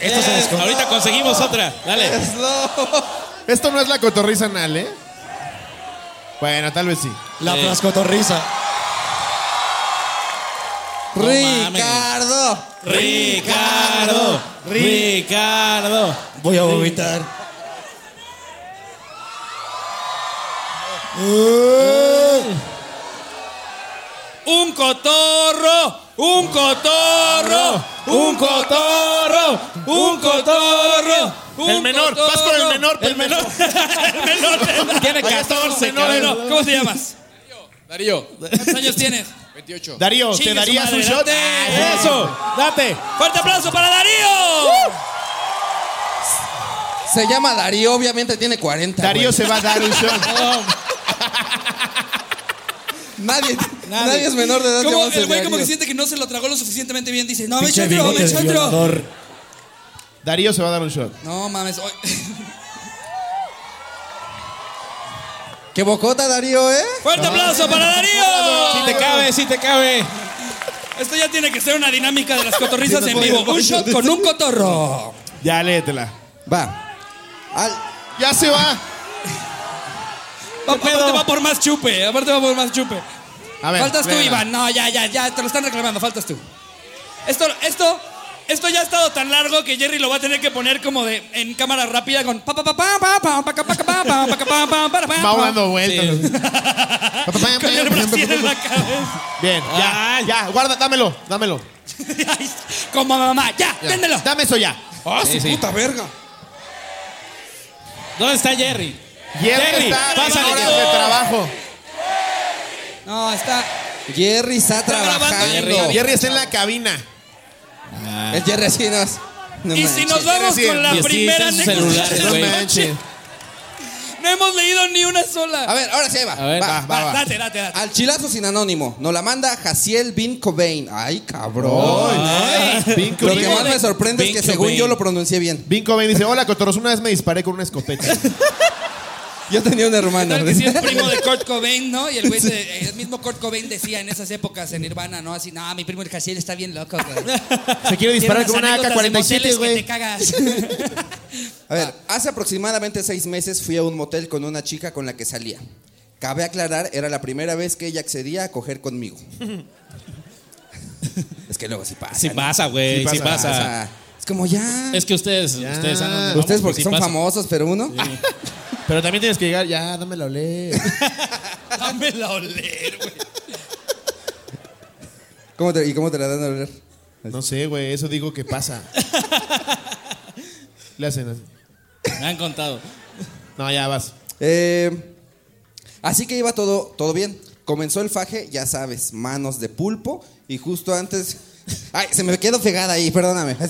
Esto se
Es-
descontó.
Ahorita conseguimos otra. Dale.
Esto no es la cotorriza anal, ¿eh? Bueno, tal vez sí.
La
Sí.
frascotorriza.
No mames. Ricardo. Ricardo.
Voy a vomitar.
Un cotorro, un cotorro, un cotorro, un cotorro. un
El menor,
cotorro.
vas con el menor,
El menor, el menor. Tiene
Ahí está los
14,
menores.
cabrón. ¿Cómo te llamas?
Darío,
¿Cuántos años tienes?
28.
Darío,
Chingue
¿te
su
darías
madre,
un shot?
date.
Ah, ¡Eso! ¡Date!
¡Fuerte aplauso para Darío!
Se llama Darío, obviamente tiene 40.
Darío se va a dar un shot.
Nadie, nadie es menor de edad.
Como
llamado
el güey
Darío.
como que siente que no se lo tragó lo suficientemente bien, dice, no, me echo
Pinche
otro, me
bigotes
echo otro.
violador.
Darío se va a dar un shot.
No mames, hoy-
¡Qué bocota, Darío, eh!
fuerte aplauso para
Si te
Darío.
cabe, si te cabe.
Esto ya tiene que ser una dinámica de las cotorrizas en vivo. Un shot con un cotorro.
Ya, léetela.
Va. Al-
¡Ya se va!
Va- Aparte va por más chupe, aparte va por más chupe.
A ver.
faltas tú,
léela.
Iván. No, ya, ya, ya, te lo están reclamando, faltas tú. Esto, esto, esto ya ha estado tan largo que Jerry lo va a tener que poner como de en cámara rápida con pa pa pa pa pa pa pa pa pa pa pa pa pa pa pa
Va
pa
dando vueltas.
con el brasier en la cabeza.
Bien, ya,
Ay.
ya, guarda, dámelo, dámelo.
Ay, Como mamá, ya,
Ya.
véndelo.
Oh,
Dame eso ya.
Sí, sí.
¡Puta verga!
¿Dónde está Jerry?
Jerry,
Jerry,
está en
pásale,
horas
Jerry.
de trabajo.
No, está.
Jerry está
grabando.
trabajando.
Jerry, Jerry está en la cabina.
El Jerry así nos. no
y si
manches.
nos vamos
Jerry,
con la
y así
primera
está en su
anécdota
celular,
de la
güey.
noche, no hemos leído ni una sola.
A ver, ahora sí ahí va.
A ver,
va,
va,
va, va.
Date, date, date.
Al chilazo sin anónimo. Nos la manda Jaciel Bin Cobain. Ay, cabrón.
Vin
Lo que
Cobain-
más me sorprende es
Bin
que según
Cobain.
yo lo pronuncié bien.
Vin Cobain dice, hola, Cotorros, una vez me disparé con una escopeta.
Yo tenía un hermano.
Claro que sí es primo de Kurt Cobain, ¿no? Y el güey, se- el mismo Kurt Cobain decía en esas épocas en Nirvana, ¿no? Así, no, mi primo el Casiel está bien loco, güey.
Se quiere disparar
Tiene
con una
unas anécdotas de
AK-47,
moteles que
güey.
te cagas.
A ver, hace aproximadamente seis meses fui a un motel con una chica con la que salía. Cabe aclarar, era la primera vez que ella accedía a coger conmigo. es que luego sí pasa.
Sí
¿no?
pasa, güey.
Sí
Sí
pasa.
O
pasa.
sea, es como ya.
Es que ustedes, ustedes andan. de
Ustedes
famosos,
porque
sí
son
pasa.
famosos, pero uno.
Pero también tienes que llegar, ya, dámela a oler.
Dámela a oler, güey.
¿Cómo te- ¿Y cómo te la dan a ver?
No sé, güey, eso digo que pasa. Le hacen así.
Me han contado.
No, ya vas.
Eh, así que iba todo, todo bien. Comenzó el faje, ya sabes, manos de pulpo. Y justo antes. Ay, se me quedó pegada ahí, perdóname.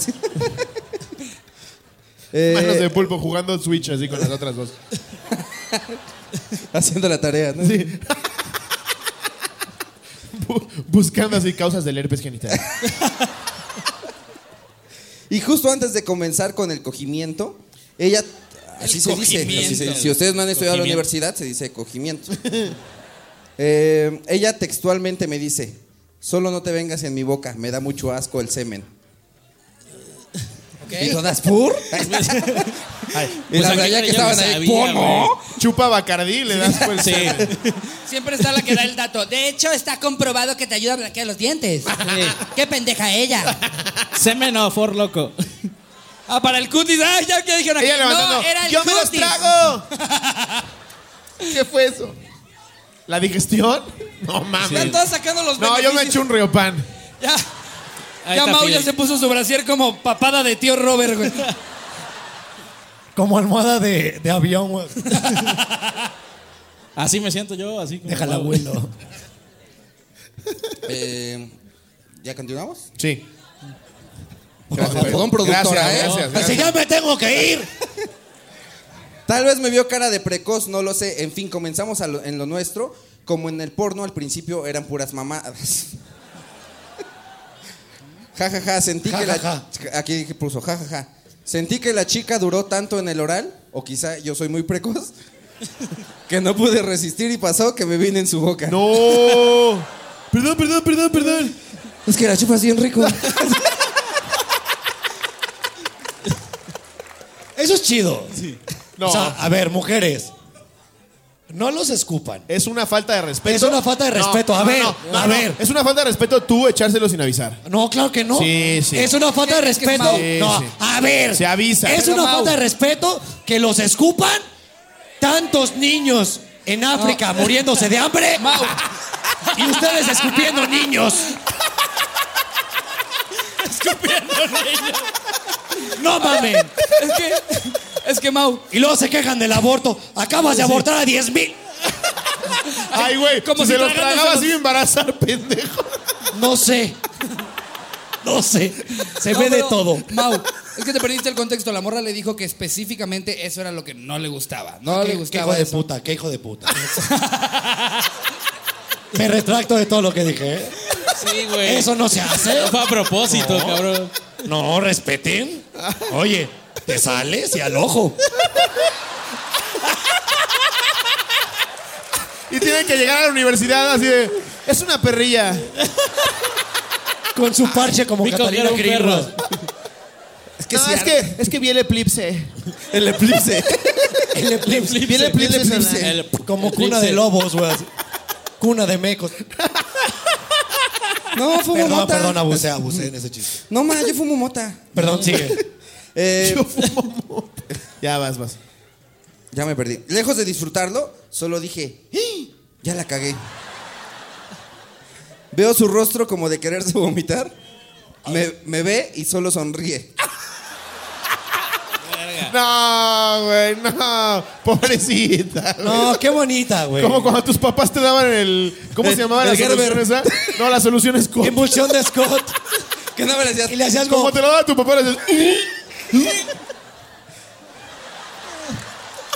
Eh,
Manos de pulpo jugando al Switch así con las otras dos.
Haciendo la tarea, ¿no?
Sí. Bu- buscando así causas del herpes genital.
Y justo antes de comenzar con el cogimiento, ella. Así
El
se dice.
cogimiento.
así se- si ustedes no han estudiado en la
Cogimiento.
universidad, se dice cogimiento. Eh, ella textualmente me dice: Solo no te vengas en mi boca, me da mucho asco el semen.
¿Ok?
¿Y todas pur?
Ay,
Y la verdad
aquí
ya
ya
que
lo
estaban ahí,
sabía,
¿cómo?
chupa Bacardí, le das por el
Sí.
semen.
Siempre está la que da el dato. De hecho, está comprobado que te ayuda a blanquear los dientes. ¡Qué pendeja ella!
Semen o for loco.
Ah, para el cutis. Ah, ya que dijeron aquí.
Ella levantando.
No, era el
¡Yo
cutis.
me los trago! ¿Qué fue eso? ¿La digestión? No mames.
Están todos sacando los
No, yo me eché
beneficios.
un riopan.
Ya,
Ahí
ya
está
Mau ya
Fidel.
se puso su brasier como papada de tío Robert, güey.
Como almohada de, de avión, güey.
Así me siento yo, así como.
Déjala, abuelo.
Eh, ¿Ya continuamos?
Sí.
Perdón, productora,
Gracias,
¿eh?
gracias, gracias.
Así pues, ya me tengo que ir.
Tal vez me vio cara de precoz, no lo sé. En fin, comenzamos a lo- en lo nuestro. Como en el porno, al principio eran puras mamadas. Ja, ja, ja, sentí
Ja,
que
ja,
la... Aquí dije, puso, ja, ja, ja. Sentí que la chica duró tanto en el oral, o quizá yo soy muy precoz, que no pude resistir y pasó que me vine en su boca.
No. Perdón, perdón, perdón, perdón.
Es que la chupas bien rico.
Eso es chido.
No.
O sea, a ver, mujeres. No los escupan.
Es una falta de respeto.
Es una falta de
No,
respeto. A
no,
ver,
no, no,
a
no.
ver.
Es una falta de respeto tú echárselo sin avisar.
No, claro que no.
Sí, sí.
Es una falta de
Es que es
respeto.
Mau.
Sí,
no,
sí.
a ver.
Se avisa.
Es
Pero
una
Mau.
falta de respeto que los escupan tantos niños en África muriéndose de hambre. Y ustedes escupiendo niños.
Escupiendo niños.
No mamen.
Es que, es que Mau,
Y luego se quejan del aborto. Acabas de abortar a 10 mil.
Ay, güey.
Como si
si se los
tragándose
tragaba
los-
así me embarazar, pendejo.
No sé. No sé. Se
No,
ve de
pero,
todo.
Mau, es que te perdiste el contexto. La morra le dijo que específicamente eso era lo que no le gustaba. No le
Qué- qué hijo
gustaba
de
eso.
puta, qué hijo de puta. Me retracto de todo lo que dije. ¿eh?
Sí, güey.
Eso no se hace.
No fue a propósito, cabrón.
No, respeten. Oye, te sales y al ojo.
Y tienen que llegar a la universidad así de. Es una perrilla.
Con su parche como
Vi coger
Catalina
un perro.
Gringo.
Es que
No,
sí,
es, que, es que vi el eclipse.
el eclipse.
El eclipse.
Eclipse.
Vi el
el
eclipse.
eclipse.
solar.
El-
Como
el
cuna
eclipse.
de lobos, güey. así. Cuna de mecos.
No, fumo
Perdón,
mota.
perdón, abusé, abusé en ese chiste.
No, ma, yo fumo mota.
Perdón, sigue.
Eh,
Yo fumo mota. Ya vas, vas.
Ya me perdí. Lejos de disfrutarlo, solo dije, "¡Ih! ya la cagué. Veo su rostro como de quererse vomitar. Me, me ve y solo sonríe.
No, No, güey, no. Pobrecita. güey.
No, qué bonita, güey.
Como cuando tus papás te daban el. ¿Cómo se llamaba la
el Gerber.
solución esa? No, la solución es co-
Emulsión de Scott.
¿Qué no me le decías?
Y le hacías como...
Como te la daba tu papá, le dices,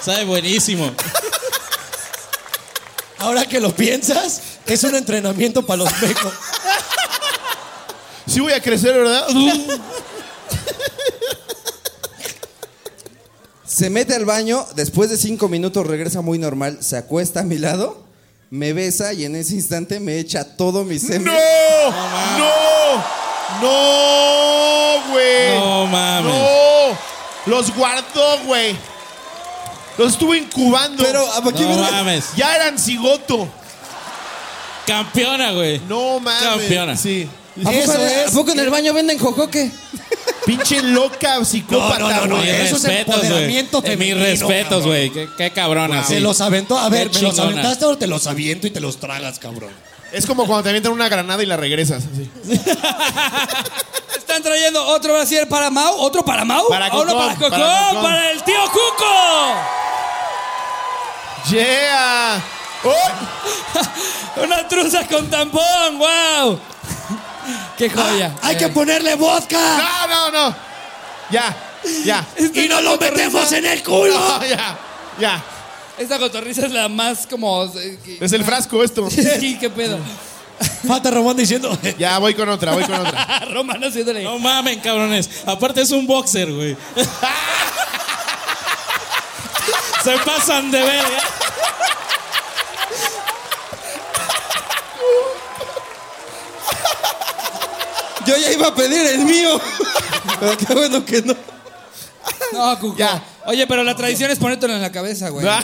Sabe buenísimo.
Ahora que lo piensas, es un entrenamiento para los pecos.
sí voy a crecer, ¿verdad?
Se mete al baño, después de cinco minutos regresa muy normal, se acuesta a mi lado, me besa y en ese instante me echa todo mi
¡No!
semen.
¡No! ¡No, güey!
No mames.
¡No! Los guardó, güey. Los estuvo incubando.
Pero,
Ah,
¿a qué
No
verga?
mames.
Ya eran cigoto.
Campeona, güey.
No mames.
Campeona.
Sí.
¿A poco,
Eso
en, a
es.
poco en el baño venden jocoque?
Pinche loca psicópata,
No, no, no, no,
güey.
eh. Eso es empoderamiento
güey. Eh, Mis
femenino,
respetos,
cabrón.
güey. Qué, qué cabrona.
Se
sí.
los aventó. A ver,
Qué
¿me los
chingona.
aventaste o te los aviento y te los tragas, cabrón?
Es como cuando te avientan una granada y la regresas. así.
Están trayendo otro brasier para Mau, otro para Mau,
Para
Ah, uno
Cocón,
para Cocón,
para
para,
Cocón.
el tío Cuco.
¡Yeah! ¡Oh!
Una truza con tampón, wow. Qué joya.
Ah,
¡Hay que
Eh,
ponerle vodka!
¡No, no, no! Ya, ya.
Este-
¡Y no lo metemos en el culo!
No, ya, ya.
Esta cotorriza es la más como... eh, que-
Es el frasco esto.
Sí, qué pedo.
Falta Román diciendo...
Ya, voy con otra, voy con otra.
Romano haciéndole...
No mamen, cabrones. Aparte es un boxer, güey. Se pasan de ¿eh? verga.
Yo ya iba a pedir el mío. Pero qué bueno que no.
No, Cuco.
Ya.
Oye, pero la tradición es ponértelo en la cabeza, güey.
Ah,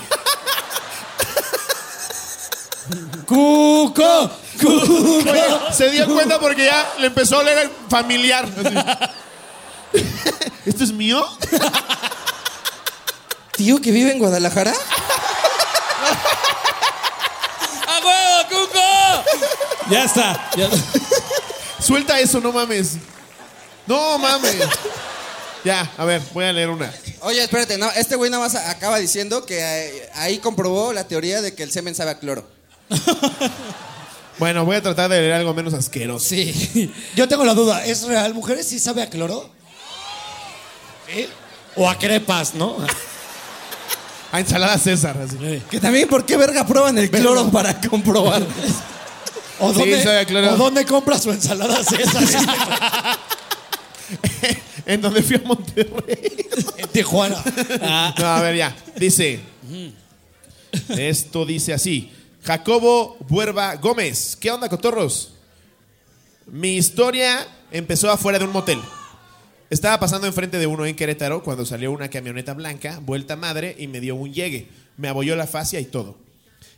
¡Cuco! ¡Cuco!
oye, se dio cuenta porque ya le empezó a oler el familiar. así. ¿Esto es mío?
¿Tío que vive en Guadalajara?
¡A huevo, Cuco!
Ya está. Ya-
Suelta eso, no mames. No mames. Ya, a ver, voy a leer una.
Oye, espérate, no, este güey nada más acaba diciendo que eh, ahí comprobó la teoría de que el semen sabe a cloro.
Bueno, voy a tratar de leer algo menos asqueroso.
Sí.
Yo tengo la duda, ¿es real? ¿Mujeres sí sabe a cloro? ¿Sí? O a crepas, ¿no?
A Ah, ensalada César. Así.
Que también, ¿por qué verga prueban el cloro para comprobar?
¿O,
Sí,
dónde,
sabe a cloro.
¿O dónde compras su ensalada César?
en donde fui a Monterrey.
en Tijuana.
Ah,
No, a ver, ya. Dice. Esto dice así. Jacobo Buerba Gómez. ¿Qué onda, cotorros? Mi historia empezó afuera de un motel. Estaba pasando enfrente de uno en Querétaro cuando salió una camioneta blanca, vuelta madre, y me dio un llegue. Me abolló la fascia y todo.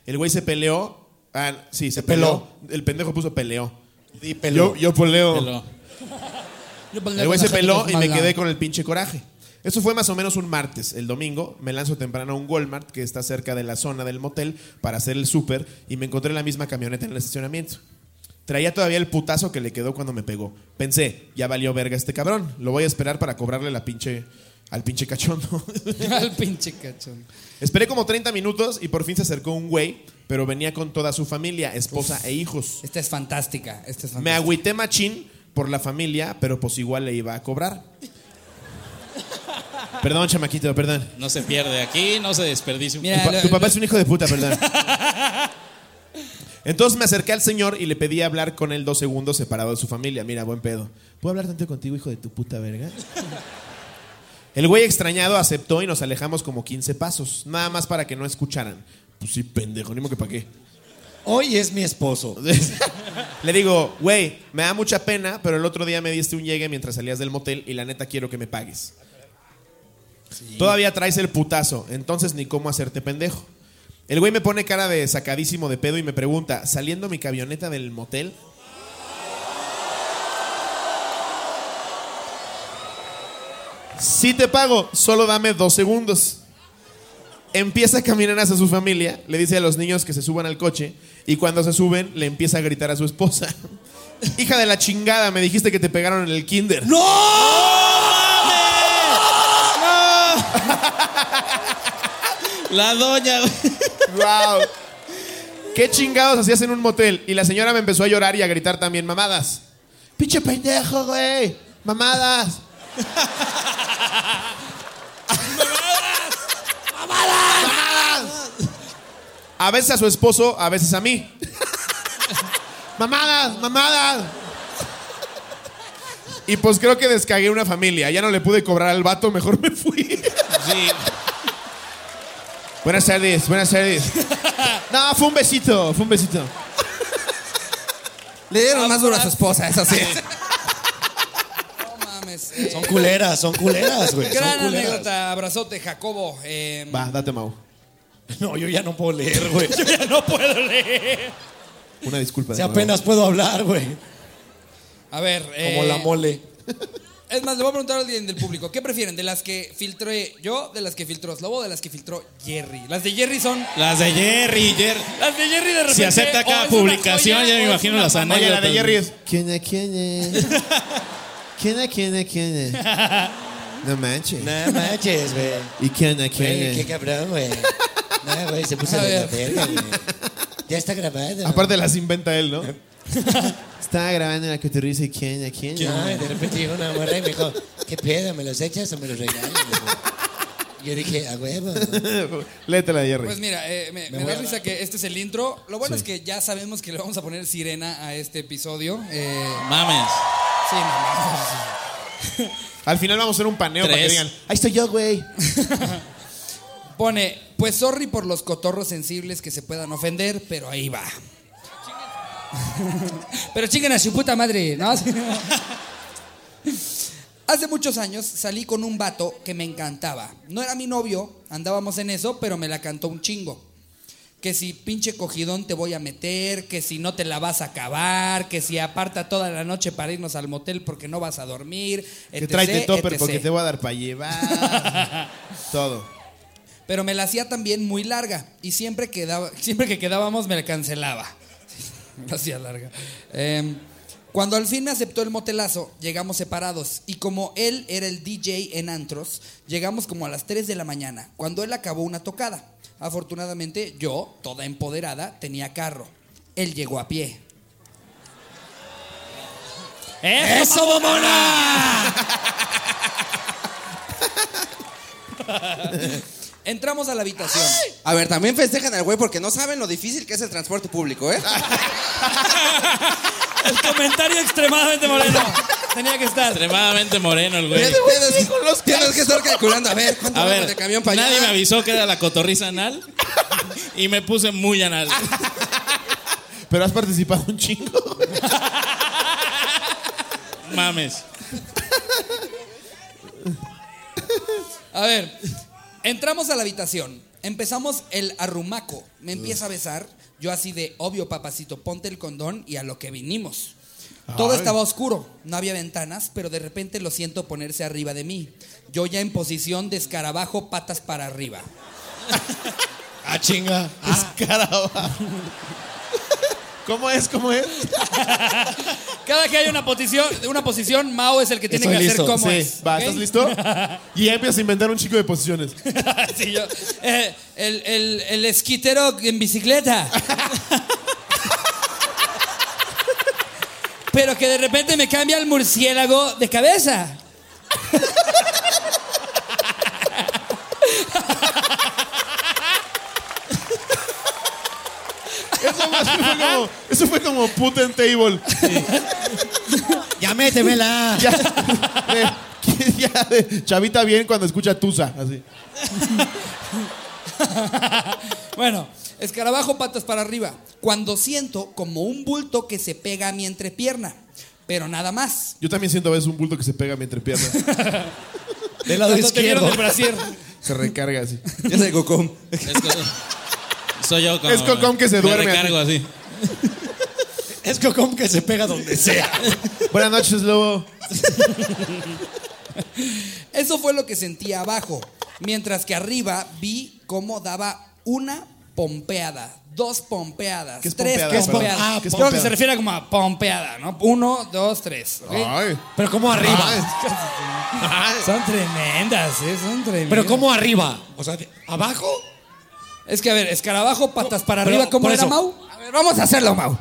El güey se peleó. Ah, sí, se peleó. El pendejo puso peleó. Y peleó. Yo, yo peleo.
Peló.
El güey se peló y me quedé con el pinche coraje. Eso fue más o menos un martes. El domingo me lanzo temprano a un Walmart que está cerca de la zona del motel para hacer el súper y me encontré la misma camioneta en el estacionamiento. Traía todavía el putazo que le quedó cuando me pegó. Pensé, ya valió verga este cabrón. Lo voy a esperar para cobrarle la pinche al pinche cachondo.
Al pinche cachón.
Esperé como 30 minutos y por fin se acercó un güey, pero venía con toda su familia, esposa e hijos.
Esta es fantástica. Esta es
Me
fantástica.
agüité machín por la familia, pero pues igual le iba a cobrar. Perdón, chamaquito, perdón.
No se pierde aquí, no se desperdicia. un-
Mira,
Tu, pa-
lo-
tu papá es un hijo de puta, perdón. Entonces me acerqué al señor y le pedí hablar con él dos segundos separado de su familia. Mira, buen pedo. ¿Puedo hablar tanto contigo, hijo de tu puta verga? El güey extrañado aceptó y nos alejamos como 15 pasos, nada más para que no escucharan. Pues sí, pendejo, ni modo que pa' qué.
Hoy es mi esposo.
Le digo, güey, me da mucha pena, pero el otro día me diste un llegue mientras salías del motel y la neta quiero que me pagues. Todavía traes el putazo, entonces ni cómo hacerte pendejo. El güey me pone cara de sacadísimo de pedo y me pregunta, ¿saliendo mi camioneta del motel? Sí te pago, solo dame dos segundos. Empieza a caminar hacia su familia, le dice a los niños que se suban al coche y cuando se suben le empieza a gritar a su esposa. Hija de la chingada, me dijiste que te pegaron en el kinder.
¡No!
La doña, güey.
Wow. ¿Qué chingados hacías en un motel? Y la señora me empezó a llorar y a gritar también, mamadas. Pinche pendejo, güey. Mamadas. mamadas. Mamadas. A veces a su esposo, a veces a mí. mamadas, mamadas. Y pues creo que descagué una familia. Ya no le pude cobrar al vato, mejor me fui.
Sí.
Buenas tardes, buenas tardes. No, fue un besito, fue un besito.
Le dieron más duro a su esposa, eso sí.
No mames. eh,
Son culeras, son culeras, güey. son
gran
culeras.
anécdota, abrazote, Jacobo. Eh,
Va, date, Mau.
No, yo ya no puedo leer, güey.
yo ya no puedo leer.
Una disculpa. de
Si
nuevo.
apenas puedo hablar, güey.
A ver.
Como
eh,
la mole.
Es más, le voy a preguntar a alguien del público. ¿Qué prefieren? ¿De las que filtré yo, de las que filtró Slobo o de las que filtró Jerry? Las de Jerry son...
Las de Jerry, Jerry.
Las de Jerry de repente...
Si acepta
o
cada
es una
publicación,
joya
ya
o
me
es
imagino
una
las
mamada.
Oye, la de
anécdotas.
Jerry es.
¿Quién es? ¿Quién es? ¿Quién es? ¿Quién es? ¿Quién es? No manches.
No manches, güey.
¿Y quién es? ¿Quién
Güey, qué
es?
cabrón, güey. No, güey, se puso
A
de la
ver.
verga, güey. Ya está grabado.
Aparte las inventa él, ¿no?
Estaba grabando en la cotorriza y quién es? ¿Quién es?
No, y de repente llegó una morra y me dijo, ¿qué pedo? ¿Me los echas o me los regalas? güey?" Yo dije, a huevo.
Léete la de Jerry.
Pues mira, eh, me, me
voy
da
a
risa que este es el intro. Lo bueno es que ya sabemos que le vamos a poner sirena a este episodio. Eh,
Mames.
sí, no, no.
Al final vamos a hacer un paneo para que
Tres.
digan.
Ahí estoy yo, güey.
Pone, pues sorry por los cotorros sensibles que se puedan ofender, pero ahí va. pero chinguen a su puta madre, ¿no? Hace muchos años salí con un vato que me encantaba. No era mi novio, andábamos en eso, pero me la cantó un chingo. Que si pinche cogidón te voy a meter, que si no te la vas a acabar, que si aparta toda la noche para irnos al motel porque no vas a dormir,
Que
etc,
tráete topper
etc.
porque te voy a dar para llevar. Todo.
Pero me la hacía también muy larga y siempre, quedaba, siempre que quedábamos me la cancelaba. me la hacía larga. Em, cuando al fin me aceptó el motelazo, llegamos separados y como él era el DJ en antros, llegamos como a las 3 de la mañana, cuando él acabó una tocada. Afortunadamente yo, toda empoderada, tenía carro. Él llegó a pie.
¡Eso, mamona!
Entramos a la habitación.
A ver, también festejan al güey porque no saben lo difícil que es el transporte público, ¿eh?
El comentario extremadamente moreno. Tenía que estar.
Extremadamente moreno el güey.
Tienes, tienes- tienes que estar calculando, a ver, ¿cuánto
A
vamos
ver,
de camión para
nadie me
allá?
avisó que era la cotorriza anal y me puse muy anal.
Pero has participado un chingo.
Mames.
A ver, entramos a la habitación, empezamos el arrumaco, me empieza a besar, yo así de, obvio papacito, ponte el condón y a lo que vinimos. Todo
Ay.
estaba oscuro, no había ventanas, pero de repente lo siento ponerse arriba de mí. Yo ya en posición de escarabajo, patas para arriba.
Ah, chinga.
¿Cómo es? ¿Cómo es?
Cada que hay una posición, una posición, Mao es el que tiene
Estoy
que
listo,
hacer cómo
sí.
Pues,
es.
Va,
¿ok?
¿estás listo? Y ya empiezas a inventar un chico de posiciones.
Sí, yo. Eh, el, el- el esquitero en bicicleta. Pero que de repente me cambia el murciélago de cabeza.
Eso más que fue como, eso fue como put and table.
Ya métemela.
Ya, de- ya de- chavita bien cuando escucha Tusa. Así.
Bueno, escarabajo patas para arriba. Cuando siento como un bulto que se pega a mi entrepierna. Pero nada más.
Yo también siento a veces un bulto que se pega a mi entrepierna.
Del lado
Cuando te vieron
izquierdo.
el brasier.
Se recarga así.
Yo soy Goku.
Es co- soy yo como,
Es Cocom que se duerme
Me recargo así.
Es cocom que se pega donde sea.
Buenas noches, Lobo.
Eso fue lo que sentía abajo. Mientras que arriba vi cómo daba una pompeada, dos pompeadas,
¿Qué es
tres
pompeada? ¿Qué es pom-
pompeadas.
ah, ¿qué es
Creo que
pompeada?
se refiere como a pompeada, ¿no? Uno, dos, tres. ¿ok?
Ay.
Pero ¿cómo
Ah,
arriba?
Son tremendas, ¿eh? Son tremendas.
Pero ¿cómo arriba? O sea, ¿abajo?
Es que, a ver, escarabajo, patas para
pero,
arriba, ¿cómo
por
era
eso.
Mau? A ver, vamos a hacerlo, Mau.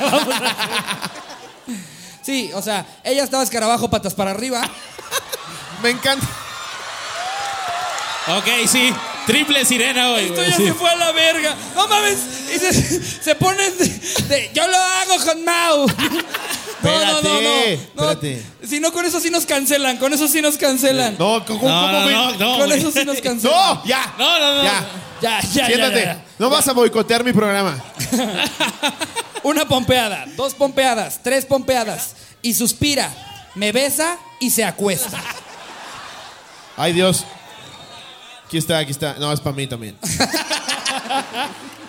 Vamos a- Sí, o sea, ella estaba escarabajo, patas para arriba.
Me encanta.
Ok, sí. Triple sirena hoy.
Esto
güey,
ya
sí.
se fue a la verga. No mames. Y se, se ponen de, de, Yo lo hago con Mau. No, no, no, no.
Espérate,
No,
espérate.
Si no, con eso sí nos cancelan. Con eso sí nos cancelan.
No, ¿cómo,
No,
cómo
no,
me-
no, no.
con
güey.
eso sí nos cancelan.
¡No! ¡Ya!
No, no, no.
¡Ya!
Ya, ya, ya,
Siéntate.
ya, ya.
No vas a boicotear mi programa.
Una pompeada, dos pompeadas, tres pompeadas. Y suspira, me besa y se acuesta.
Ay, Dios. Aquí está, aquí está. No, es para mí también.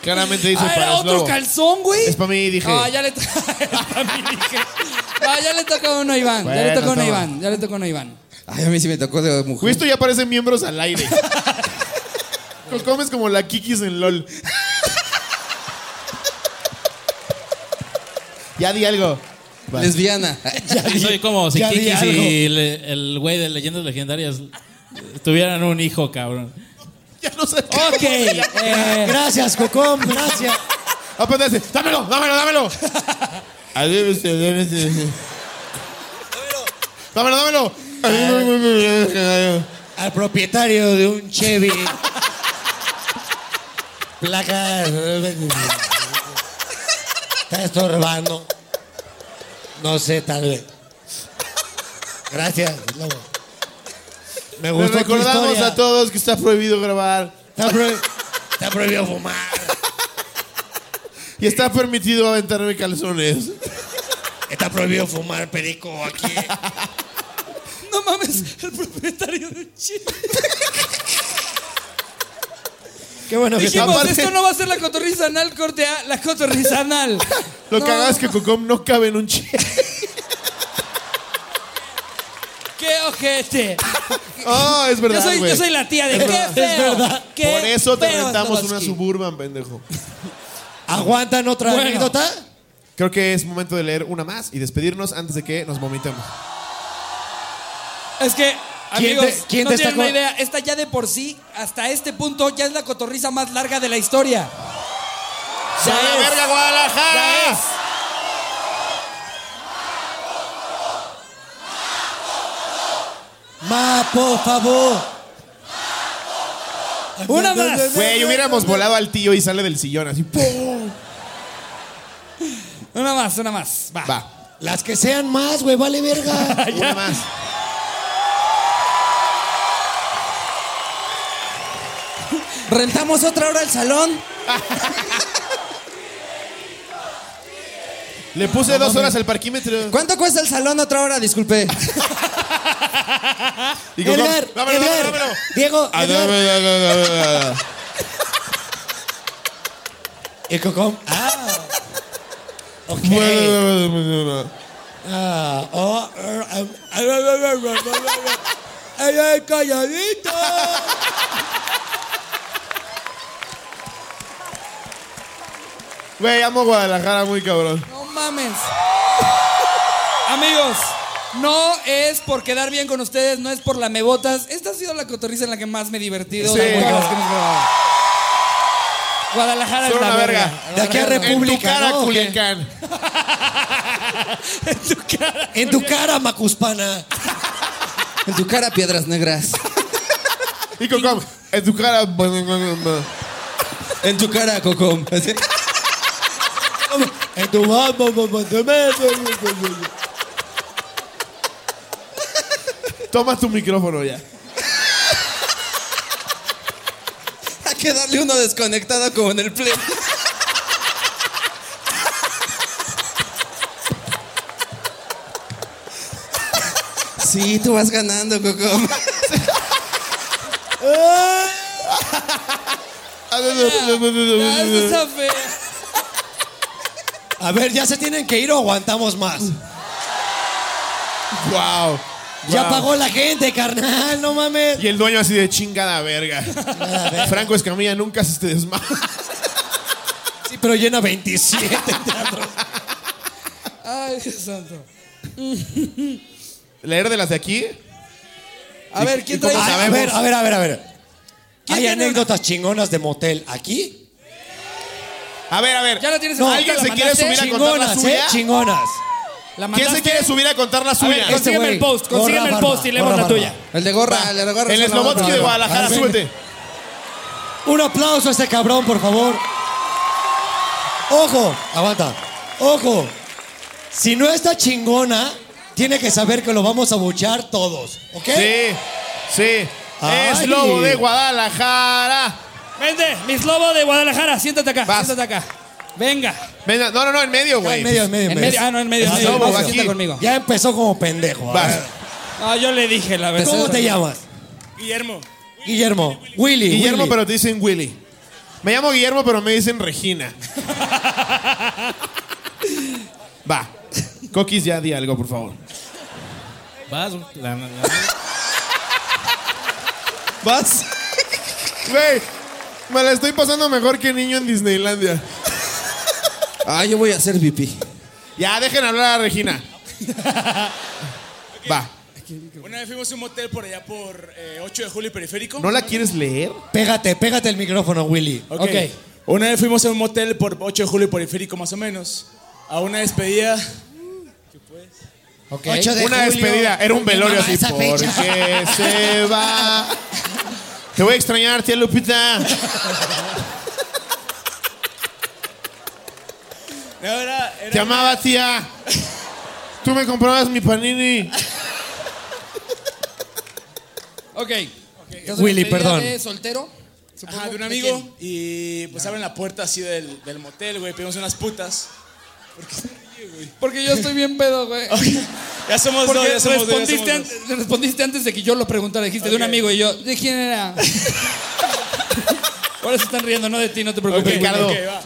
Claramente dice
Ah,
para
era otro
Slobo.
calzón, güey.
Es pa' mí, dije.
No, ya le to- es pa' mí, dije. No, ya le toca uno a Iván. ya le
Bueno,
toca uno a
toma.
Iván. Ya le toca uno a Iván.
Ay, a mí sí me tocó de mujer.
Justo ya aparecen miembros al aire. Comes como la Kikis en LOL. ya di algo. Va.
Lesbiana.
Soy como si
ya di
Kiki
algo.
y le- el güey de leyendas legendarias tuvieran un hijo, cabrón.
Ya no sé.
Ok. eh,
Gracias, Cocom, gracias.
Apetece. Oh, Dámelo, dámelo, dámelo. dámelo, dámelo.
Al propietario de un Chevy. Placa. Está estorbando. No sé, tal vez. Gracias, Lobo. Me
Les
gustó tu
recordamos
historia.
a todos que está prohibido grabar
Está, prohi- está prohibido fumar.
y está permitido aventarme calzones.
Está prohibido fumar perico aquí.
no mames, el propietario de Chile.
Qué bueno que
Dijimos,
Aparte-
esto no va a ser la cotorriza anal, corte A, la cotorriza anal.
Lo
No,
que hagas es que Cocom no cabe en un chiste.
¡Qué ojete!
Ah, es verdad.
Yo soy,
güey.
yo soy la tía de qué
verdad,
feo.
es verdad.
qué
Por eso te
feo,
rentamos una
Swarovski".
suburban, pendejo.
¿Aguantan otra
Bueno.
anécdota?
Creo que es momento de leer una más y despedirnos antes de que nos vomitemos.
Es que,
¿Quién
amigos,
te- quién
no
te
tienen
sacó?
una idea. Esta ya de por sí, hasta este punto, ya es la cotorriza más larga de la historia. Ya es, ya
Guadalajara!
es.
Ma, por favor.
Una más.
Güey, hubiéramos volado al tío y sale del sillón así. ¡pum!
Una más, una más. Va.
Va,
Las que sean más, güey, vale verga.
una más.
¿Rentamos otra hora el salón?
Le puse dos horas al parquímetro.
¿Cuánto cuesta el salón otra hora? Disculpe.
Y Cocom,
Edgar,
dámelo,
Edgar,
dámelo, dámelo.
Diego,
Ah,
Edgar.
dámelo, dámelo, dámelo.
El cocom. Ah. Ok.
Bueno, dámelo, dámelo.
Ah. Oh. er, em, ay, ay, ay, ay, ay, ay, ay, ah, ay, ay, calladito.
Güey, amo Guadalajara muy cabrón.
No mames. Amigos, no es por quedar bien con ustedes, no es por la mebotas. Esta ha sido la cotorriza en la que más me he divertido.
Sí.
de todas las que hemos grabado. Guadalajara es
Son
la
una
verga.
verga.
De aquí a
En tu
República.
cara,
¿no? ¿O qué?
Culiacán.
En tu cara.
En tu cara, Macuspana.
En tu cara, piedras negras.
Y Cocom, en tu cara.
En tu cara, Cocom.
En tu
Toma tu micrófono ya.
Hay que darle uno desconectado como en el play. Sí, tú vas ganando, Cocom.
Ya, eso está feo.
A ver, ¿ya se tienen que ir o aguantamos más?
Wow.
Ya pagó la gente, carnal, no mames.
Y el dueño así de chingada verga. Franco Escamilla nunca se te desmaya.
Sí, pero llena 27 teatros.
Ay, Dios santo.
Leer de las de aquí.
A ver, ¿quién trae?
Ay, a ver, a ver, a ver, a ver.
¿Quién
Hay
tiene
anécdotas chingonas de motel aquí.
A ver, a ver.
Ya la tienes en
No,
la
¿Alguien
boca,
se
la
quiere subir
mandaste.
a contar la
Chingonas, ¿eh?
suya?
Chingonas.
¿La
¿Quién
mandaste?
se quiere subir a contar la
A ver,
suya?
este
consígueme
güey,
el post,
gorra
consígueme el
barba,
post y leemos
gorra
la tuya.
barba.
El de gorra, el de gorra.
En
se
el
la va a
Slobotsky de
probar.
Guadalajara,
Ahí ven.
súbete.
Un aplauso a ese cabrón, por favor. Ojo, aguanta. Ojo. Si no está chingona, tiene que saber que lo vamos a buchar todos, ¿ok?
Sí, sí.
Ay.
Es Lobo de Guadalajara.
Vente, mis lobo de Guadalajara, siéntate acá,
Vas.
siéntate acá. Venga.
Venga, no, no, no, en medio,
Ya,
güey.
en medio, en medio,
En
en
medio,
medio.
ah, no, en medio, en
Ah,
medio.
no,
Vas,
aquí.
siéntate conmigo.
Ya empezó como pendejo.
Vas.
Ah, yo le dije la verdad.
¿Cómo te llamas?
Guillermo.
Guillermo. Willy.
Guillermo,
Willy.
pero te dicen Willy. Me llamo Guillermo, pero me dicen Regina. Va. Coquis, ya di algo, por favor.
Vas, la- la- la-
¿Vas? Güey, me la estoy pasando mejor que niño en Disneylandia.
Ah, yo voy a hacer pipí.
Ya, dejen hablar a Regina. Va.
Una vez fuimos a un motel por allá por eh, 8 de julio y periférico.
¿No la quieres leer?
Pégate, pégate el micrófono, Willy.
Ok.
Ok.
Una vez fuimos a un motel por 8 de julio y periférico más o menos. A una despedida.
8 de
Una
julio.
despedida. Era un
Me
velorio
mama
así.
esa
Porque
fecha.
se va. Te voy a extrañar, tía Lupita.
No, era, era-
Te amaba, tía. Tú me comprabas mi panini.
Ok. Entonces,
Willy,
despedida
perdón.
de soltero?
Ajá,
supongo.
Ah, de un
quién? Ah.
amigo. Y pues abren la puerta así del, del motel, güey. Pedimos unas putas.
Porque yo estoy bien pedo, güey.
Ya somos
Porque
dos, ya somos dos. ya somos
respondiste,
dos.
antes, respondiste antes de que yo lo preguntara. Dijiste de un
Ok.
amigo y yo, ¿de quién era? Ahora se están riendo, no de ti, no te
Ok,
preocupes. Willy.
Ricardo.
Ok, va.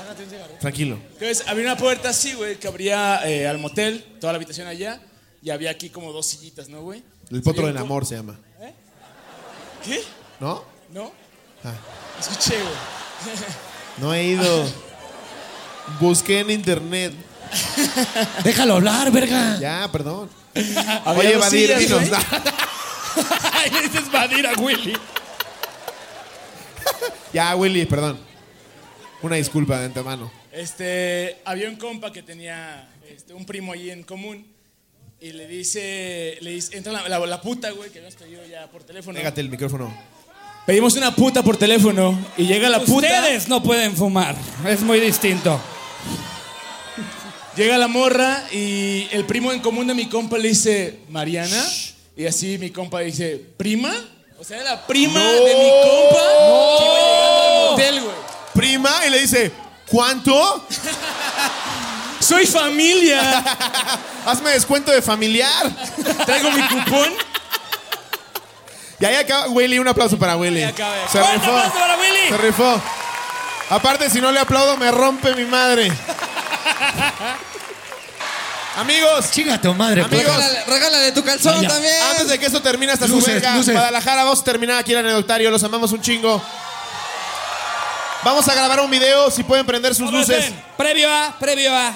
Tranquilo.
Entonces había una puerta así, güey, que abría eh, al motel, toda la habitación allá. Y había aquí como dos sillitas, ¿no, güey?
El potro
Había
del
un
amor se llama.
po- ¿Qué?
¿No?
¿No?
Ah.
Escuché, güey.
No he ido. Busqué en internet.
Déjalo hablar, verga.
Ya, perdón.
Había
Oye,
dos
Vadir,
sillas,
dinos.
güey.
Ay, le dices Badir a Willy.
Ya, Willy, perdón. Una disculpa de antemano.
Este, había un compa que tenía este, un primo ahí en común. Y le dice, le dice, entra la, la- la puta, güey, que habíamos pedido ya por teléfono.
Pégate el micrófono.
Pedimos una puta por teléfono y llega la puta.
Ustedes no pueden fumar. Es muy distinto.
Llega la morra y el primo en común de mi compa le dice, Mariana. Y así mi compa dice, ¿prima? O sea, era la prima de mi compa que iba llegando al motel, güey.
Prima, y le dice, ¿cuánto?
Soy familia.
Hazme descuento de familiar.
Traigo mi cupón.
Y ahí acaba Willy, un aplauso para Willy.
Ahí acaba, ahí
Se
¡Fuerte
rifó.
aplauso para
Se
Willy!
rifó. Aparte, si no le aplaudo, me rompe mi madre. Amigos,
Chinga tu oh, madre,
Amigos,
puta.
Regálale, regálale tu calzón
Ya.
también.
antes de que esto termine hasta su
Luces,
verga,
luces.
Guadalajara, vamos a terminar aquí el anecdotario. Los amamos un chingo. Vamos a grabar un video, si pueden prender sus luces.
Abracen. Previo a, previo a.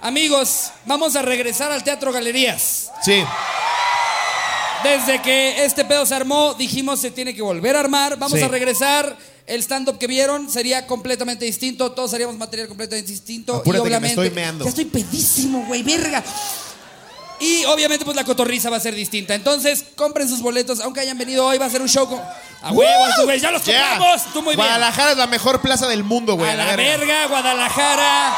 Amigos, vamos a regresar al Teatro Galerías.
Sí.
Desde que este pedo se armó, dijimos se tiene que volver a armar. Vamos
Sí.
a regresar. El stand-up que vieron sería completamente distinto. Todos haríamos material completamente distinto. y
Apúrate que me
obviamente.
estoy meando.
Ya estoy pedísimo, güey, verga. Y obviamente, pues la cotorriza va a ser distinta. Entonces, compren sus boletos. Aunque hayan venido hoy, va a ser un show con. ¡A huevos, tú, güey! ¡Ya los
Yeah.
compramos! ¡Tú muy bien!
Guadalajara es la mejor plaza del mundo, güey.
a la verga, Guadalajara.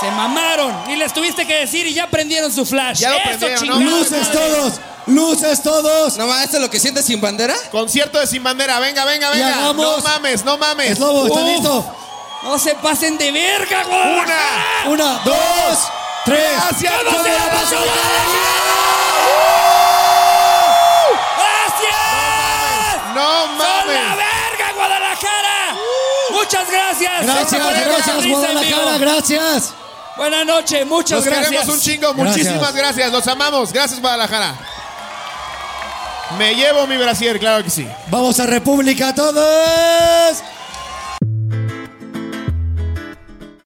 Se mamaron. Y les tuviste que decir y ya prendieron su flash.
Ya lo
Eso,
prendieron, ¿no?
chingada
Luces
madre.
todos. Luces todos.
No más, ¿esto es lo que sientes sin bandera?
Concierto de Sin Bandera, venga, venga, venga.
hagamos-
No mames, no mames.
Es lobo, ¿estás
Uf.
listo?
No se pasen de verga, Guadalajara.
Una, dos, tres.
Gracias,
¡Con
se
la
la pasó
basura!
¡Gracias!
No
¡Son la
mames.
verga, Guadalajara! Muchas gracias. Esto fue
Gracias,
Cotorriza
gracias,
en
Guadalajara,
vivo.
gracias.
Buenas noches, muchas
Los
gracias.
queremos un chingo.
Gracias.
Muchísimas gracias. Los amamos. Gracias, Guadalajara. Me llevo mi brasier, claro que sí.
Vamos a República todos.